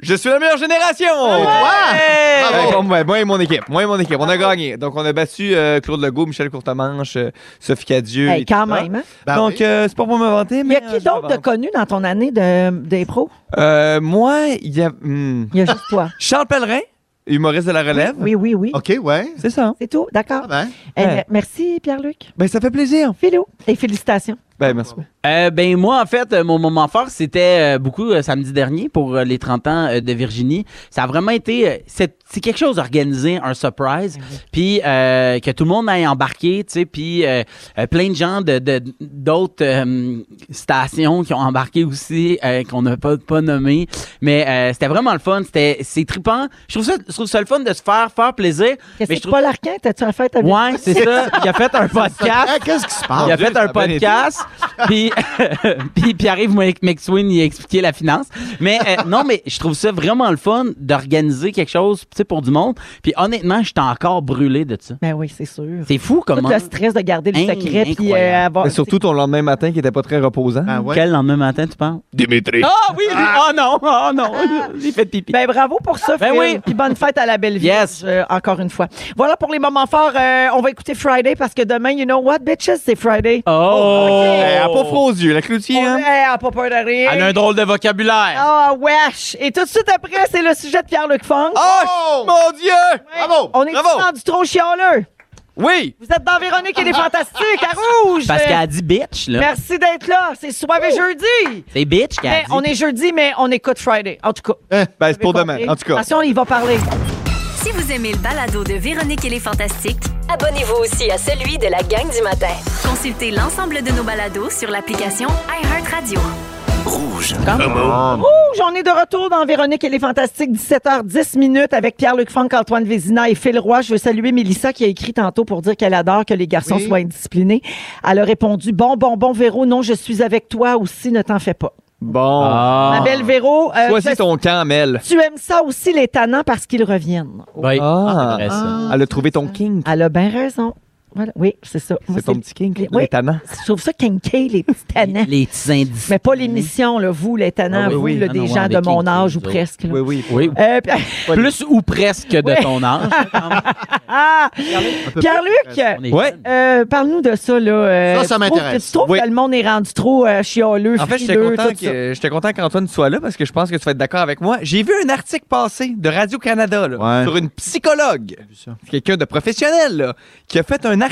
Je suis la meilleure génération! Ouais! Ouais, Oh, Bravo! Ah, bon, ouais, Euh, moi et mon équipe, moi et mon équipe, on a gagné. Donc on a battu euh, Claude Legault, Michel Courtemanche, euh, Sophie Cadieux. Hey, et quand tout ça. même. hein? Ben Donc oui. euh, c'est pas pour me vanter, Il y mais a euh, qui je me d'autre de vante. connu dans ton année de- des pros? Euh, moi, il y a hmm. Il y a juste toi. Charles Pellerin, humoriste de la relève. Oui, oui, oui. OK, ouais. C'est ça. C'est tout, d'accord. Ah ben. Eh, euh, Ouais. me- Merci, Pierre-Luc. Ben, ça fait plaisir. Philo. Et félicitations. Ben, merci. Euh, ben moi en fait euh, mon moment fort c'était euh, beaucoup euh, samedi dernier pour euh, les 30 ans euh, de Virginie. Ça a vraiment été euh, c'est c'est quelque chose organisé un surprise puis euh, que tout le monde ait embarqué, tu sais puis euh, euh, plein de gens de de- d'autres euh, stations qui ont embarqué aussi euh, qu'on n'a pas pas nommé mais euh, c'était vraiment le fun, c'était c'est trippant. Je trouve ça je trouve ça le fun de se faire faire plaisir Qu'est-ce mais que Ben, je c'est, trouve Paul Arquin? T'as-tu un fête avec Ouais, c'est ça, il a fait un podcast. Ah, Qu'est-ce qui se passe? Il a Dieu, fait ça un a bien été. podcast, puis, puis Pierre-Yves Mc- McSween il a expliqué la finance. Mais euh, non, mais je trouve ça vraiment le fun d'organiser quelque chose tu sais, pour du monde. Puis honnêtement, je suis encore brûlé de ça. Ben oui, c'est sûr. C'est fou Tout comment. le stress de garder le Hein, secret puis incroyable. Ben, euh, avoir. Mais surtout ton lendemain matin qui était pas très reposant. Ah ouais? Quel lendemain matin, tu penses? Dimitri. Ah oui! Ah non! Ah non! J'ai fait pipi. Ben bravo pour ça, Ben Phil. oui. Puis bonne fête à la belle vie. euh, Yes. encore une fois. Voilà pour les moments forts. Euh, on va écouter Friday parce que demain, you know what, bitches, c'est Friday. oh! Eh, Elle a pas froid aux yeux, la cloutier, On- hein? eh, elle a pas peur de rire. Elle a un drôle de vocabulaire. Ah, wesh! Et tout de suite après, c'est le sujet de Pierre-Luc Funk. Oh, mon Dieu! Bravo! on est bravo. dans du trop chialeux. Oui! Vous êtes dans Véronique et les Fantastiques à Rouge. Parce qu'elle a dit bitch, là. Merci d'être là. C'est soir Oh. et jeudi. C'est bitch qu'elle a Mais dit. ben, on est jeudi, mais on écoute Friday. En tout cas. Ben, c'est pour Vous avez demain, compris. en tout cas. Attention, il va parler. Si vous aimez le balado de Véronique et les Fantastiques, Abonnez-vous aussi à celui de la gang du matin. consultez l'ensemble de nos balados sur l'application iHeartRadio. Rouge, on est de retour dans Véronique et les Fantastiques, 17h10 minutes avec Pierre-Luc Funk, Antoine Vézina et Phil Roy. Je veux saluer Mélissa qui a écrit tantôt pour dire qu'elle adore que les garçons Oui. soient indisciplinés. Elle a répondu Bon, bon, bon, Véro, non, je suis avec toi aussi, ne t'en fais pas. Bon. Ah. Ma belle Véro, euh, Voici tu- ton camp, Mel. tu aimes ça aussi, les tannants, parce qu'ils reviennent. Ben, Ah. c'est vrai, ça. Elle a trouvé ton king. Elle a bien raison. Voilà. Oui, c'est ça. Moi, C'est ton petit king, Oui. l'étonnant. Je trouve ça kinky, les petits tannants. Les petits indices. Mais pas l'émission, là, vous, les tannants, Ah oui, vous, oui. là, Ah des non, on gens est de mon kinky, âge nous ou autres. presque. là. Oui, oui. Oui. Euh, puis- Plus ou presque de Ouais. ton âge. Ah! peu Pierre-Luc, On est Ouais. jeune. euh, parle-nous de ça, là. euh, Ça, ça tu trouves m'intéresse. que- Tu trouves Oui. que le monde est rendu trop euh, chialeux, En fait, j'étais frileux, content, tout ça. que, j'étais content qu'Antoine soit là parce que je pense que tu vas être d'accord avec moi. J'ai vu un article passer de Radio-Canada là, Ouais. sur une psychologue, ça. quelqu'un de professionnel, là, qui a fait un article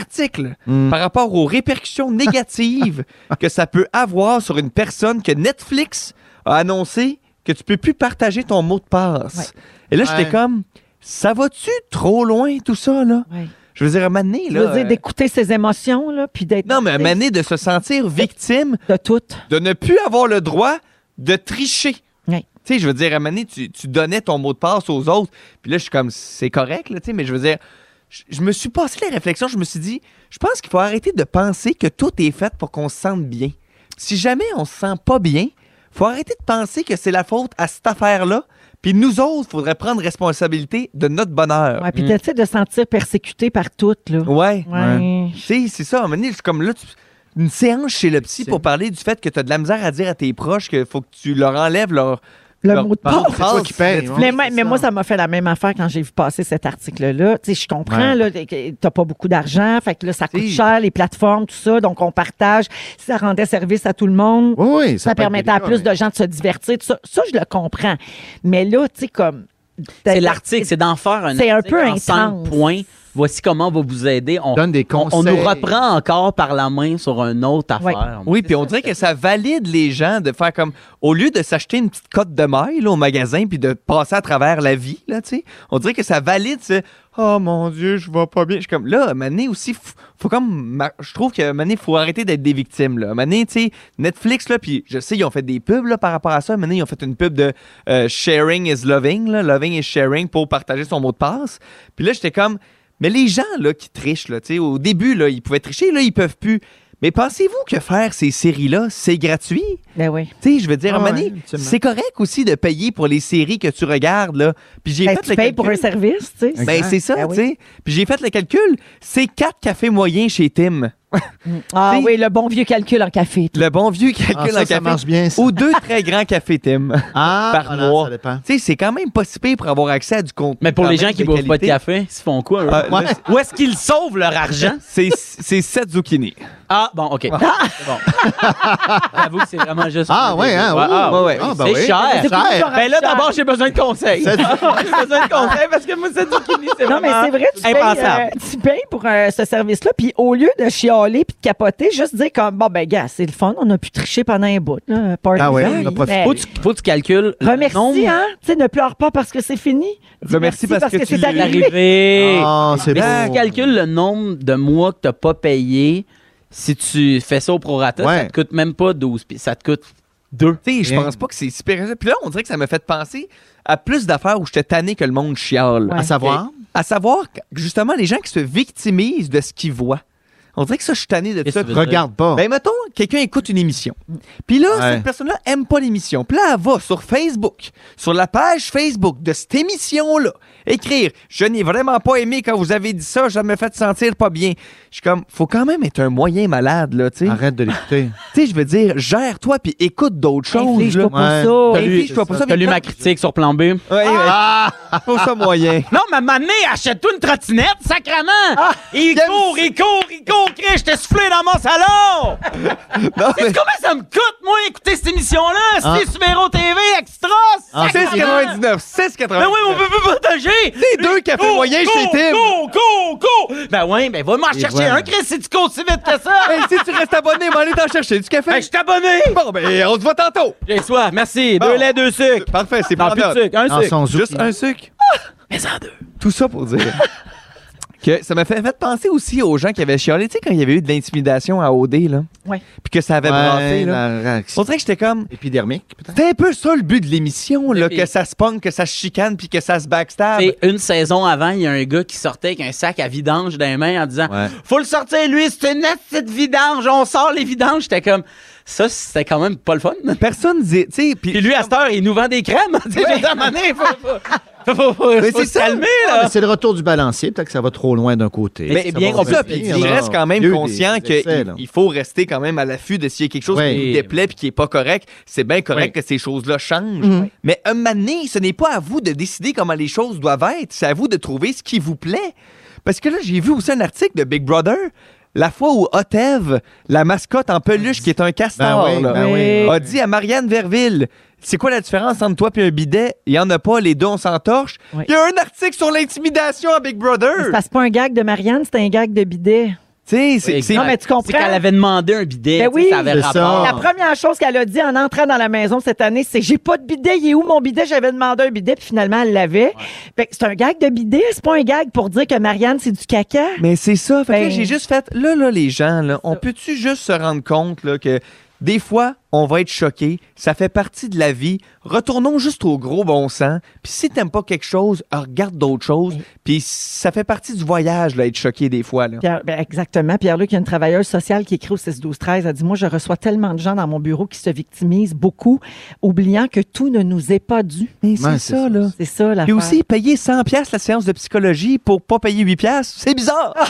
Hmm. par rapport aux répercussions négatives que ça peut avoir sur une personne que Netflix a annoncé que tu peux plus partager ton mot de passe. Et là, j'étais Ouais. comme, ça va-tu trop loin tout ça? là? Ouais. Je veux dire, à un moment donné, Tu là, veux dire euh, d'écouter ses émotions, là, puis d'être. non, mais à un moment donné, de se sentir victime De tout. de ne plus avoir le droit de tricher. Oui. Tu sais, je veux dire, à un moment donné, tu, tu donnais ton mot de passe aux autres. Puis là, je suis comme, c'est correct, là, tu sais, mais je veux dire, je, je me suis passé la réflexion, je me suis dit, je pense qu'il faut arrêter de penser que tout est fait pour qu'on se sente bien. Si jamais on se sent pas bien, faut arrêter de penser que c'est la faute à cette affaire-là. Puis nous autres, faudrait prendre responsabilité de notre bonheur. Ouais, puis de, tu sais, de se sentir persécuté par tout, là. Mm. Ouais. Ouais. Tu sais, c'est ça. À un moment donné, c'est comme là, tu- une séance chez le psy pour parler du fait que tu as de la misère à dire à tes proches qu'il faut que tu leur enlèves leur. Le leur- mot de leur passe. C'est toi qui payes, Netflix. hein? Mais, Oui, moi- c'est mais ça. moi, ça m'a fait la même affaire quand j'ai vu passer cet article-là. Tu sais, je comprends Ouais. là, que t'as pas beaucoup d'argent, fait que là, ça coûte Si. cher, les plateformes, tout ça, donc on partage. Ça rendait service à tout le monde. Oui, oui, Ça, peut être permettait à délicat, plus mais- de gens de se divertir. tout Ça, ça, je le comprends. Mais là, tu sais, comme... C'est l'article, c'est d'en faire un C'est un article peu en cinq intense. points. Voici comment on va vous aider. On, Donne des on- on nous conseils. reprend encore par la main sur un autre Ouais. affaire. Oui, puis on dirait que ça valide les gens de faire comme. Au lieu de s'acheter une petite cote de maille là, au magasin puis de passer à travers la vie, là, tu sais, on dirait que ça valide ce. Oh mon Dieu, je vais pas bien. Je suis comme. Là, à un moment donné aussi, faut, faut comme. ma- Je trouve que à un moment donné, faut arrêter d'être des victimes, là. À un moment donné, tu sais, Netflix, là, puis je sais, ils ont fait des pubs, là, par rapport à ça. À un moment donné, ils ont fait une pub de euh, sharing is loving, là. Loving is sharing pour partager son mot de passe. Puis là, j'étais comme. Mais les gens là, qui trichent, là, tu sais, au début, là, ils pouvaient tricher, là, ils peuvent plus. Mais pensez-vous que faire ces séries-là, c'est gratuit? Ben oui. Tu sais, je veux dire, à un Ah moment ouais, donné, absolument. c'est correct aussi de payer pour les séries que tu regardes. Là. Puis j'ai Ben, fait tu le payes calcul. pour un service, tu sais. Ben, c'est ça, Ben oui. tu sais. Puis j'ai fait le calcul. C'est quatre cafés moyens chez Tim. Ah tu sais. oui, le bon vieux calcul en café. Le bon vieux calcul Ah, en ça, café. ça marche bien, ça. Ou deux très grands cafés Tim Ah, par voilà, mois. ça dépend. Tu sais, c'est quand même pas si pire pour avoir accès à du contenu. Mais pour quand les même gens qui de boivent pas de qualité. café, ils se font quoi, eux? Euh, Ah, là, Où est-ce qu'ils sauvent leur argent? c'est- C'est sept zucchini. Ah, bon, OK. C'est bon. J'avoue que c'est vraiment juste... Ah, ouais, hein, Ouais, ouh. ah, ouais, ouais. Ah, ben c'est oui. cher. C'est cher. Ben là, d'abord, j'ai besoin de conseils. j'ai C'est- besoin de conseils parce que moi, cette zucchini, c'est Non, mais vraiment c'est vrai, tu payes, impensable. euh, tu payes pour euh, ce service-là, puis au lieu de chialer chialer puis de capoter, juste dire comme, bon, ben, gars, c'est le fun, on a pu tricher pendant un bout, là. Party Ah ouais, time. on a profité. Mais Faut que tu, faut que tu calcules. le Remercie, nombre hein? Tu sais, ne pleure pas parce que c'est fini. Dis Remercie parce que tu c'est l'as arrivé. d'arrivée. Ah, c'est Mais si beau. tu calcules le nombre de mois que tu n'as pas payé, si tu fais ça au prorata, Ouais. ça te coûte même pas 12 pi- ça te coûte 2. Tu sais, je Rien. pense pas que c'est super. Puis là, on dirait que ça m'a fait penser à plus d'affaires où j'étais tanné que le monde chiale. Ouais. À savoir, À savoir, que, justement, les gens qui se victimisent de ce qu'ils voient. On dirait que ça, je suis tanné de Qu'est-ce ça. que tu veux regarde pas. Ben, mettons, quelqu'un écoute une émission. Puis là, Ouais. cette personne-là aime pas l'émission. Puis là, elle va sur Facebook, sur la page Facebook de cette émission-là, écrire « Je n'ai vraiment pas aimé quand vous avez dit ça, ça me fait sentir pas bien. » Je suis comme, faut quand même être un moyen malade, là, tu sais. Arrête de l'écouter. Tu sais, je veux dire, gère-toi puis écoute d'autres choses, Inflige-toi là. pas Ouais. T'as ça. lu- Inflige-toi pas ça. Euh. T'as lu ma critique sur plan B? Ouais, ouais. Faut ça Ah, moyen. Non, mais m'amener, achète-toi une trottinette, sacrement! il Ah, j'aime court, il court, il court, Chris, je t'ai soufflé dans mon salon! Non, mais- C'est comment ça me coûte, moi, écouter cette émission-là? Ah. C'est Subero TV, extra! Ah, sacrement! 6,99. 6,99. Ben oui, mais on peut pas partager! Les deux cafés Cours, moyens cours, chez Tim. Cours, cours, cours! Ben oui, ben va m'en chercher voilà. un, Chris, si tu cours si vite que ça! Hey, si tu restes abonné, m'en aller t'en chercher du café. Ben, je suis abonné! Bon, ben, on se voit tantôt. J'ai soif, merci. Bon. Deux laits, deux sucres. Parfait, c'est Non, pas plus de sucre, un Dans sucre. son Juste un sucre. mais en deux. Tout ça pour dire que ça m'a fait, fait penser aussi aux gens qui avaient chialé, tu sais, quand il y avait eu de l'intimidation à OD, là. Ouais. Puis que ça avait brassé, Ouais, là. la réaction On dirait que j'étais comme. épidermique, peut-être. C'était un peu ça le but de l'émission, là, puis- que ça se pogne, que ça se chicane, puis que ça se backstab. C'est une saison avant, il y a un gars qui sortait avec un sac à vidange dans les mains en disant Ouais. Faut le sortir, lui, c'est une petite vidange, on sort les vidanges. J'étais comme Ça, c'était quand même pas le fun. Personne dit, tu sais, Puis puis lui, à cette heure, il nous vend des crèmes. Tu sais, je veux dire, à un moment donné, faut, faut, faut, faut, Mais faut c'est se ça. calmer, Ah, là. mais C'est le retour du balancier, peut-être que ça va trop loin d'un côté. Mais c'est bien qu'on qu'on ça, peut puis se il reste quand même conscient qu'il il faut rester quand même à l'affût de s'il y a quelque chose Ouais. qui nous déplaît puis qui est pas correct. C'est bien correct que ces choses-là changent. Mais un moment donné, ce n'est pas à vous de décider comment les choses doivent être. C'est à vous de trouver ce qui vous plaît. Parce que là, j'ai vu aussi un article de Big Brother, la fois où Otev, la mascotte en peluche qui est un castor, oui, là, ben oui. a dit à Marianne Verville, c'est quoi la différence entre toi et un bidet? Il y en a pas, les deux, on s'entorche. Oui. Il y a un article sur l'intimidation à Big Brother. Ça, c'est pas un gag de Marianne, c'est un gag de bidet. Tu sais, c'est- c'est- Non, mais tu comprends. C'est qu'elle avait demandé un bidet. Ben tu sais, oui. ça avait C'est rapport. Ah. ça. La première chose qu'elle a dit en entrant dans la maison cette année, c'est j'ai pas de bidet, il est où mon bidet J'avais demandé un bidet puis finalement elle l'avait. Fait que c'est un gag de bidet, c'est pas un gag pour dire que Marianne c'est du caca. Mais c'est ça. Fait que là, Ben- j'ai juste fait, là, là, les gens, là, on peut-tu juste se rendre compte là, que des fois, on va être choqué, ça fait partie de la vie. Retournons juste au gros bon sens. Puis si t'aimes pas quelque chose, ah, regarde d'autres choses. Puis ça fait partie du voyage, là, être choqué des fois. Là. Pierre- ben, exactement. Pierre-Luc, il y a une travailleuse sociale qui écrit au 6-12-13. Elle dit Moi, je reçois tellement de gens dans mon bureau qui se victimisent beaucoup, oubliant que tout ne nous est pas dû. Mais Ouais, c'est c'est ça, ça, là. C'est ça, la Puis aussi, payer 100 pièces la séance de psychologie pour pas payer 8 pièces, c'est bizarre. Ah.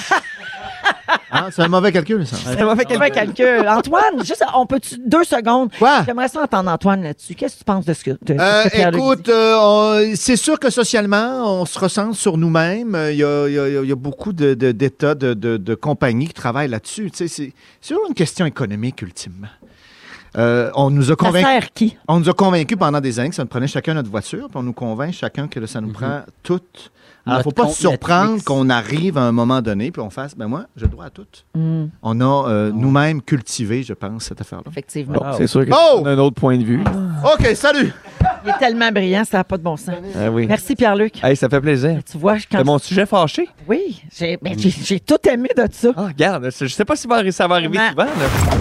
Ah, c'est un mauvais calcul, ça. Ça m'a fait Quel vrai calcul. Antoine, juste, on peut deux secondes. Ah! Quoi? J'aimerais ça entendre Antoine là-dessus. Qu'est-ce que tu penses de ce que, de- de Euh, ce que Pierre-Luc dit? écoute, euh, on- c'est sûr que socialement, on se recentre sur nous-mêmes. Euh, Il y a, il y a- il y a beaucoup de- de- d'États, de, de- de compagnies qui travaillent là-dessus. Tu sais, C'est c'est toujours une question économique, ultimement. Euh, on nous a Ça convaincus. sert qui? On nous a convaincus pendant des années que ça nous prenait chacun notre voiture, puis on nous convainc chacun que Mm-hmm. ça nous prend toutes. Alors, Notre faut pas compte se surprendre Netflix. qu'on arrive à un moment donné, puis on fasse, ben moi, je dois à toutes. Hmm, On a euh, Oh. nous-mêmes cultivé, je pense, cette affaire-là. effectivement. C'est sûr que Oh! un autre point de vue. OK, salut! Il est tellement brillant, ça n'a pas de bon sens. Ah oui. Merci, Pierre-Luc. Hey, ça fait plaisir. Tu vois, je- Ah. quand C'est mon sujet fâché. Oui, j'ai ben, j'ai- j'ai tout aimé de ça. Ah, regarde, je sais pas si ça va arriver Vraiment. souvent. Là.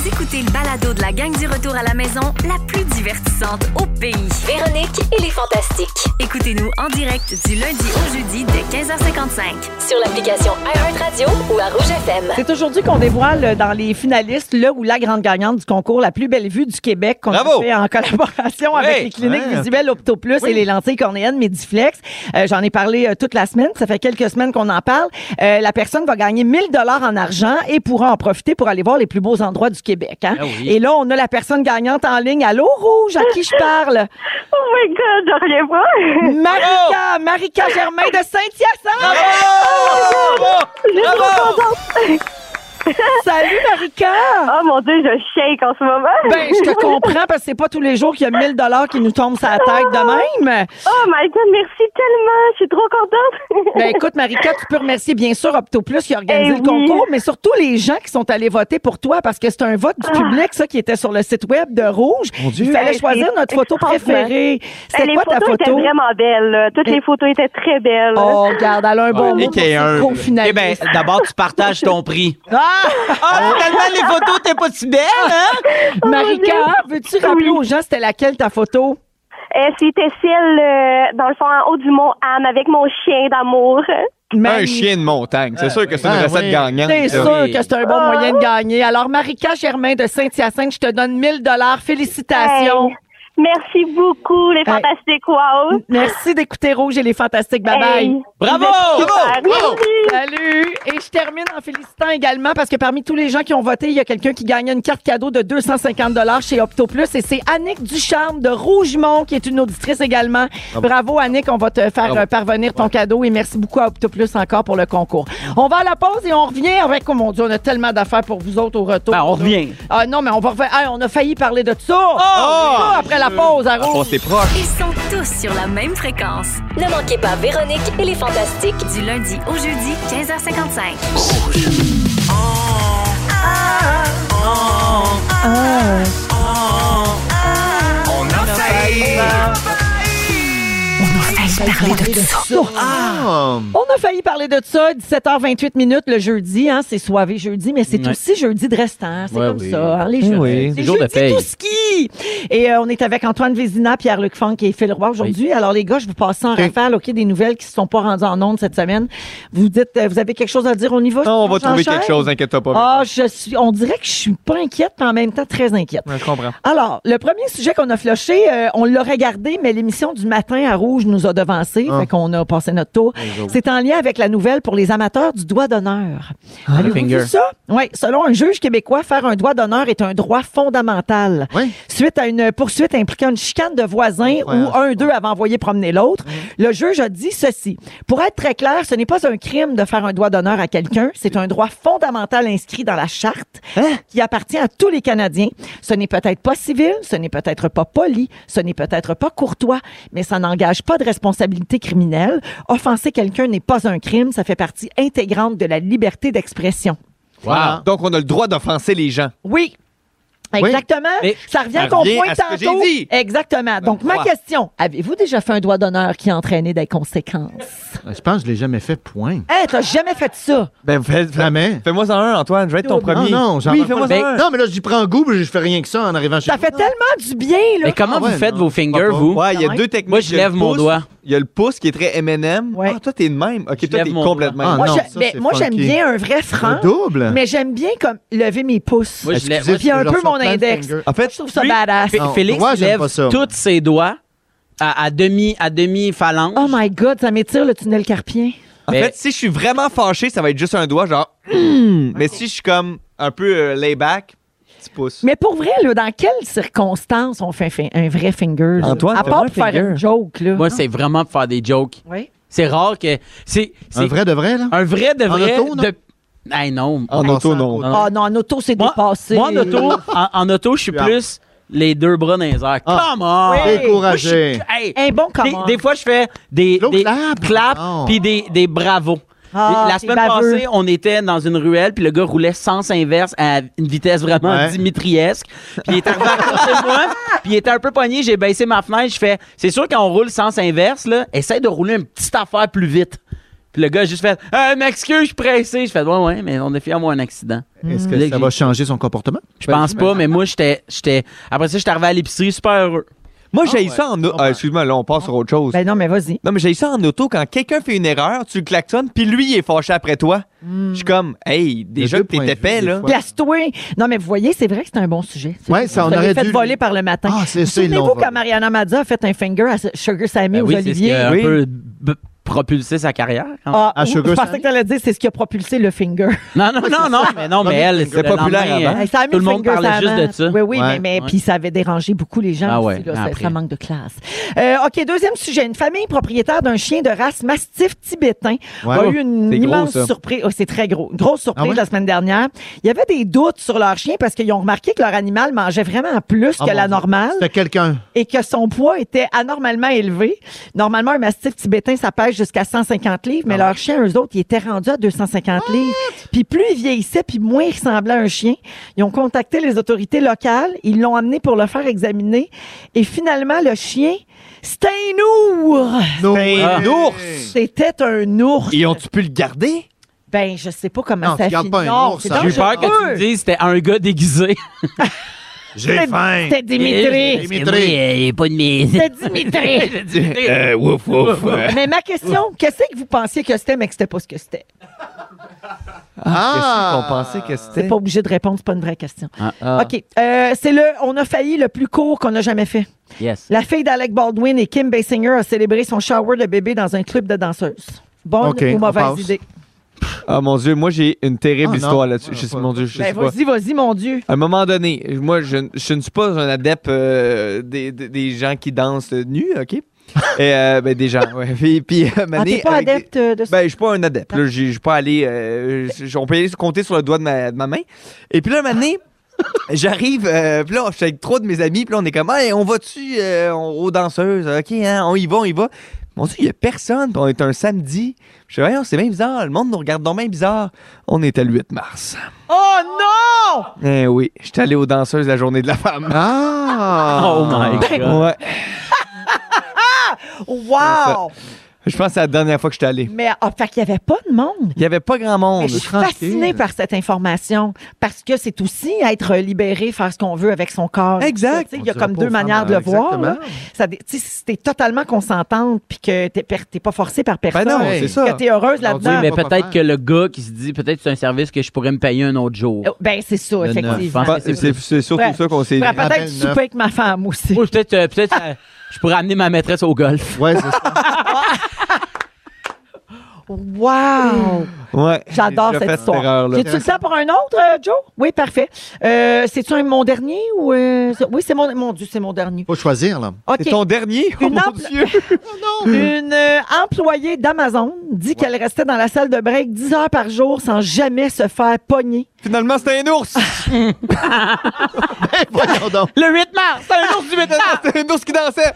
Vous écoutez le balado de la gang du retour à la maison, la plus divertissante au pays. Véronique et les Fantastiques. Écoutez-nous en direct du lundi au jeudi dès 15h55. Sur l'application iHeartRadio ou à Rouge FM. C'est aujourd'hui qu'on dévoile euh, dans les finalistes le ou la grande gagnante du concours La plus belle vue du Québec qu'on a Bravo. fait en collaboration Ouais. avec les cliniques Ouais. visuelles Optoplus et les lentilles cornéennes Mediflex. Euh, J'en ai parlé euh, toute la semaine. Ça fait quelques semaines qu'on en parle. Euh, la personne va gagner 1000 dollars en argent et pourra en profiter pour aller voir les plus beaux endroits du Québec. hein. Ah oui. Et là, on a la personne gagnante en ligne. Allô, Rouge, à qui je parle? Oh my god, je reviens pas. Marika, Marika Germain de Saint-Hyacinthe. Bravo! Je suis Bravo! trop contente. Salut, Marika! Oh mon Dieu, je shake en ce moment. Ben, je te comprends parce que c'est pas tous les jours qu'il y a 1000 dollars qui nous tombent sur la tête de même. Oh my God, merci tellement. Je suis trop contente. Ben, écoute, Marika, tu peux remercier bien sûr OptoPlus qui a organisé Eh le oui. concours, mais surtout les gens qui sont allés voter pour toi parce que c'est un vote Ah. du public, ça, qui était sur le site web de Rouge. Mon Dieu. Il fallait Eh, choisir c'est notre photo extraordinaire. préférée. Eh, C'était les quoi ta photos étaient photo? vraiment belles. là. Toutes les photos étaient très belles. Oh, regarde, elle a un ben, bon Ouais, mot et pour qu'il y ait ce un. ben, gros Eh finaliste. bien, d'abord, tu partages ton prix. Ah! Oh, Ah, finalement, les photos, t'es pas si belle, hein? Marika, veux-tu rappeler aux gens c'était laquelle ta photo? Eh, C'était celle, euh, dans le fond, en haut du mont Anne, avec mon chien d'amour. Un Magnifique. chien de montagne. C'est sûr que c'est une Ah, recette oui. gagnante. C'est là. sûr Oui. que c'est un bon Ah, moyen de gagner. Alors, Marika Germain de Saint-Hyacinthe, je te donne 1000 dollars. Félicitations. Hey, merci beaucoup, les fantastiques. Wow. Merci d'écouter Rouge et les Fantastiques. Bye-bye. Hey, Bravo! vous êtes Bravo! super. Merci. Salut! Et je termine en félicitant également parce que parmi tous les gens qui ont voté, il y a quelqu'un qui gagnait une carte cadeau de 250 chez OptoPlus et c'est Annick Ducharme de Rougemont qui est une auditrice également. Ah Bravo Annick, on va te faire euh, parvenir ton cadeau et merci beaucoup à OptoPlus encore pour le concours. On va à la pause et on revient avec, oh mon Dieu, on a tellement d'affaires pour vous autres au retour. Ben, on revient. Ah non, mais on va revenir. Ah, on a failli parler de ça! Ça, après la pause, à Rouge. On s'est proche. Ils sont tous sur la même fréquence. Ne manquez pas Véronique et les Fantastiques. Du lundi au jeudi, 15h55. On a failli. Ah! On a failli parler de ça, 17h28 minutes le jeudi, hein, c'est soirée jeudi, mais c'est Ouais. aussi jeudi de restant, c'est Ouais, comme oui. ça, hein, les Eh jeudis. oui. C'est Jour de jeudi paye. tout ski! Et euh, on est avec Antoine Vézina, Pierre-Luc Funk et Phil Roy aujourd'hui. Alors les gars, je vous passe en OK. rafale, OK, des nouvelles qui ne se sont pas rendues en ondes cette semaine. Vous dites, euh, vous avez quelque chose à dire au niveau? Non, on va trouver quelque chose, inquiète-toi pas. Ah, je suis, on dirait que je suis pas inquiète, mais en même temps très inquiète. Ouais, Je comprends. Alors, le premier sujet qu'on a flashé, euh, on l'a regardé, mais l'émission du matin à Rouge nous a devancé, fait qu'on a passé notre tour. C'est en lien avec la nouvelle pour les amateurs du doigt d'honneur. Avez-vous finger. vu ça? Oui, selon un juge québécois, faire un doigt d'honneur est un droit fondamental. Oui. Suite à une poursuite impliquant une chicane de voisins où un d'eux avait envoyé promener l'autre, le juge a dit ceci. Pour être très clair, ce n'est pas un crime de faire un doigt d'honneur à quelqu'un, c'est un droit fondamental inscrit dans la charte Hein? qui appartient à tous les Canadiens. Ce n'est peut-être pas civil, ce n'est peut-être pas poli, ce n'est peut-être pas courtois, mais ça n'engage pas de responsabilité criminelle. Offenser quelqu'un n'est pas un crime, ça fait partie intégrante de la liberté d'expression. Wow. Donc, on a le droit d'offenser les gens. Oui. Exactement. Mais ça revient ça à ton revient point à ce que j'ai tantôt. dit. Ben, Exactement. Donc, ma droit. question, avez-vous déjà fait un doigt d'honneur qui a entraîné des conséquences? Ah, Je pense que je l'ai jamais fait, point. Hé, t'as jamais fait ça. Ben, fais- fais- Jamais. fais-moi en un, Antoine. Je vais être ton Non, premier. non, j'en Oui, ai fais-moi pas. Ben, en un. Non, mais là, j'y prends goût, puis je fais rien que ça en arrivant chez Ça fait tellement du bien, là. Mais comment Ah ouais, vous faites non, vos je comprends fingers, pas. vous? Ouais, il y a Ah ouais. deux techniques. Moi, je Il y a lève le mon pouce, doigt. Il y a le pouce qui est très M&M. Ouais. Ah, toi, t'es de même. OK, Je toi, lève t'es mon complètement doigt. de Ah, moi, non, je- ça, ben, c'est moi, j'aime funky. bien un vrai franc, Un double. mais j'aime bien comme lever mes pouces. Moi, je lève. Excusez, Puis un je leur peu sors mon plein de index. fingers. En fait, Je trouve ça Lui- badass. Fé- Non, Félix moi, j'aime lève pas ça. tous ses doigts à, à demi à demi phalange. Ben, Oh my God, ça m'étire le tunnel carpien. en Mais- fait, si je suis vraiment fâché, ça va être juste un doigt, genre... Hmm. Mais si je suis comme un peu euh, lay-back, petit pouce. Mais pour vrai, là, dans quelles circonstances on fait un fin- un vrai finger? là? Antoine, à part fais-moi un pour faire finger. une joke, là. Moi, c'est vraiment pour faire des jokes. Oui. C'est rare que c'est c'est Un vrai de vrai, là? un vrai de En vrai auto, non? de Hey, non. En auto, non. Non. Ah non, en auto, c'est Moi, dépassé. moi, en auto, en, en auto, je suis Ah. plus les deux bras dans les airs. Ah. Come on. Oui. Découragé. Moi, je suis- hey, Un bon des, comment? des fois, je fais des, L'autre des clap. claps Non. puis des, des bravos. Ah, la c'est semaine baveux. passée, on était dans une ruelle, puis le gars roulait sens inverse à une vitesse vraiment Ouais. dimitriesque. Puis il était arrivé à côté de moi, puis il était un peu pogné. J'ai baissé ma fenêtre, je fais C'est sûr, quand on roule sens inverse, là, essaye de rouler une petite affaire plus vite. Puis le gars a juste fait Euh, M'excuse, je suis pressé. Je fais Ouais, ouais, mais on a fait avoir un accident. Est-ce que Là, ça j'ai- va changer son comportement? Je pense pas, mais moi, j'étais. j'étais- Après ça, j'étais arrivé à l'épicerie super heureux. Moi, j'ai ça en... au- Ah, Excuse-moi, là, on passe sur autre chose. Ben non, mais vas-y. Non, mais j'ai ça en auto. Quand quelqu'un fait une erreur, tu le klaxonnes, puis lui, il est fâché après toi. Hmm. Je suis comme, hey, déjà deux que t'es points de épais, vue, des là. fois. Place-toi. Non, mais vous voyez, c'est vrai que c'est un bon sujet. Ouais, ça, on l'est aurait fait dû- voler par le matin. Ah, c'est ça, ils l'ont Souvenez-vous volé. quand Mariana Madza a fait un finger à Sugar Sammy Ben aux oui, c'est ce qui Olivier. a un Oui. peu b- propulsé sa carrière. Ah, À ou- Sugar je pensais Sammy? que tu allais dire c'est ce qui a propulsé le finger. Non, non, non, non, mais non, mais elle, C'était le populaire lendemain, avant. euh, Hey, ça a mis Tout le monde finger parlait sur la juste de map. ça. Oui, oui, Ouais. mais, mais Ouais. puis ça avait dérangé beaucoup les gens Ah aussi. ouais, là, ça, après. ça manque de classe. Euh, OK, deuxième sujet. Une famille propriétaire d'un chien de race mastif tibétain Ouais. a eu une C'est gros, immense ça. surprise. Oh, c'est très gros. Une grosse surprise Ah ouais? la semaine dernière. Il y avait des doutes sur leur chien parce qu'ils ont remarqué que leur animal mangeait vraiment plus Ah, que mon la Dieu. normale C'était quelqu'un. et que son poids était anormalement élevé. Normalement, un mastif tibétain, ça pèse jusqu'à 150 livres, Ah mais leur chien, eux autres, ils étaient rendus à 250 livres. Puis plus ils vieillissaient, puis moins ils ressemblaient à un chien. Ils ont contacté les autorités locales, ils l'ont amené pour le faire examiner, et finalement, le chien, c'était un ours! No C'est way. un ours. C'était un ours. Ils Ah. ont-tu pu le garder? Ben, je sais pas comment Non, ça tu a gardes fini. pas un Non, ours, c'est ça. J'ai eu peur dangereux. que tu me dises c'était un gars déguisé. J'ai faim. Eh, C'était Dimitri. euh, Il n'y a pas de mise. C'était Dimitri. Eh, Euh, ouf, ouf. euh. Mais ma question, qu'est-ce que vous pensiez que c'était, mais que c'était pas ce que c'était? Ah! Ah! qu'on pensait que c'était. C'est pas obligé de répondre, c'est pas une vraie question. Ah, ah. OK. Euh, c'est le on a failli le plus court qu'on a jamais fait. Yes. La fille d'Alec Baldwin et Kim Basinger a célébré son shower de bébé dans un club de danseuses. Bonne OK, ou on mauvaise passe. idée? Ah mon Dieu, moi j'ai une terrible Ah, non. histoire là-dessus. Ah, Je sais- pas- mon Dieu, je sais Ben, pas. vas-y, vas-y, mon Dieu. À un moment donné, moi, je, je ne suis pas un adepte euh, des, des- des gens qui dansent euh, nus, OK? Et, euh, ben, des gens, ouais. Puis, puis, euh, Ah, Mané, t'es pas avec des- adepte euh, de ça? Ben, je suis pas un adepte. Là, j'ai- je suis pas allé. euh, je- on peut aller se compter sur le doigt de ma, de ma main. Et puis là, un moment donné, j'arrive. euh, puis là, je suis avec trois de mes amis. Puis là, on est comme, Hey, on va-tu euh, on- aux danseuses? OK, hein, on y va, on y va. Mon Dieu, il n'y a personne. Puis on est un samedi. Je suis voyons, c'est bien bizarre. Le monde nous regarde donc bien bizarre. On était le 8 mars. Oh non! Eh oui, j'étais allé aux danseuses la journée de la femme. Ah! Oh my Ben, God. Ouais. Wow! Je pense que c'est la dernière fois que j'étais allé. Mais ah, fait qu'il y avait pas de monde. Il n'y avait pas grand Mais monde. je suis fascinée par cette information parce que c'est aussi être libéré, faire ce qu'on veut avec son corps. Exact. Tu sais, Il y a On dira comme pas aux deux femmes, manières de le hein, voir. exactement. là. Ça, dé- tu sais, si t'es totalement consentante puis que t'es per- t'es pas forcé par personne, Ben non, Hey. c'est que ça. t'es heureuse Aujourd'hui, Oui, là-dedans. mais Pas peut-être faire. que le gars qui se dit, peut-être c'est un service que je pourrais me payer un autre jour. Oh, Ben, c'est ça, Le neuf. effectivement. Je pense que C'est c'est surtout Ouais. ça qu'on s'est dit. Faudrait Rappelle peut-être souper neuf. avec ma femme aussi. Ou peut-être, euh, peut-être, euh, je pourrais amener ma maîtresse au golf. Ouais, c'est ça. Wow! Ouais. J'adore J'ai cette fait histoire. erreur-là. J'ai-tu le temps pour un autre, euh, Joe? Oui, parfait. Euh, C'est-tu un- mon dernier ou... euh, c'est- oui, c'est mon... Mon Dieu, c'est mon dernier. Faut choisir, là. OK. C'est ton dernier? Oh Une mon ample- Dieu! Oh Une euh, employée d'Amazon dit qu'elle restait dans la salle de break 10 heures par jour sans jamais se faire pogner. Finalement, c'était un ours! Ah! Voyons donc. Le 8 mars, c'est hein? un ours du 8 Finalement, mars. c'était un ours qui dansait!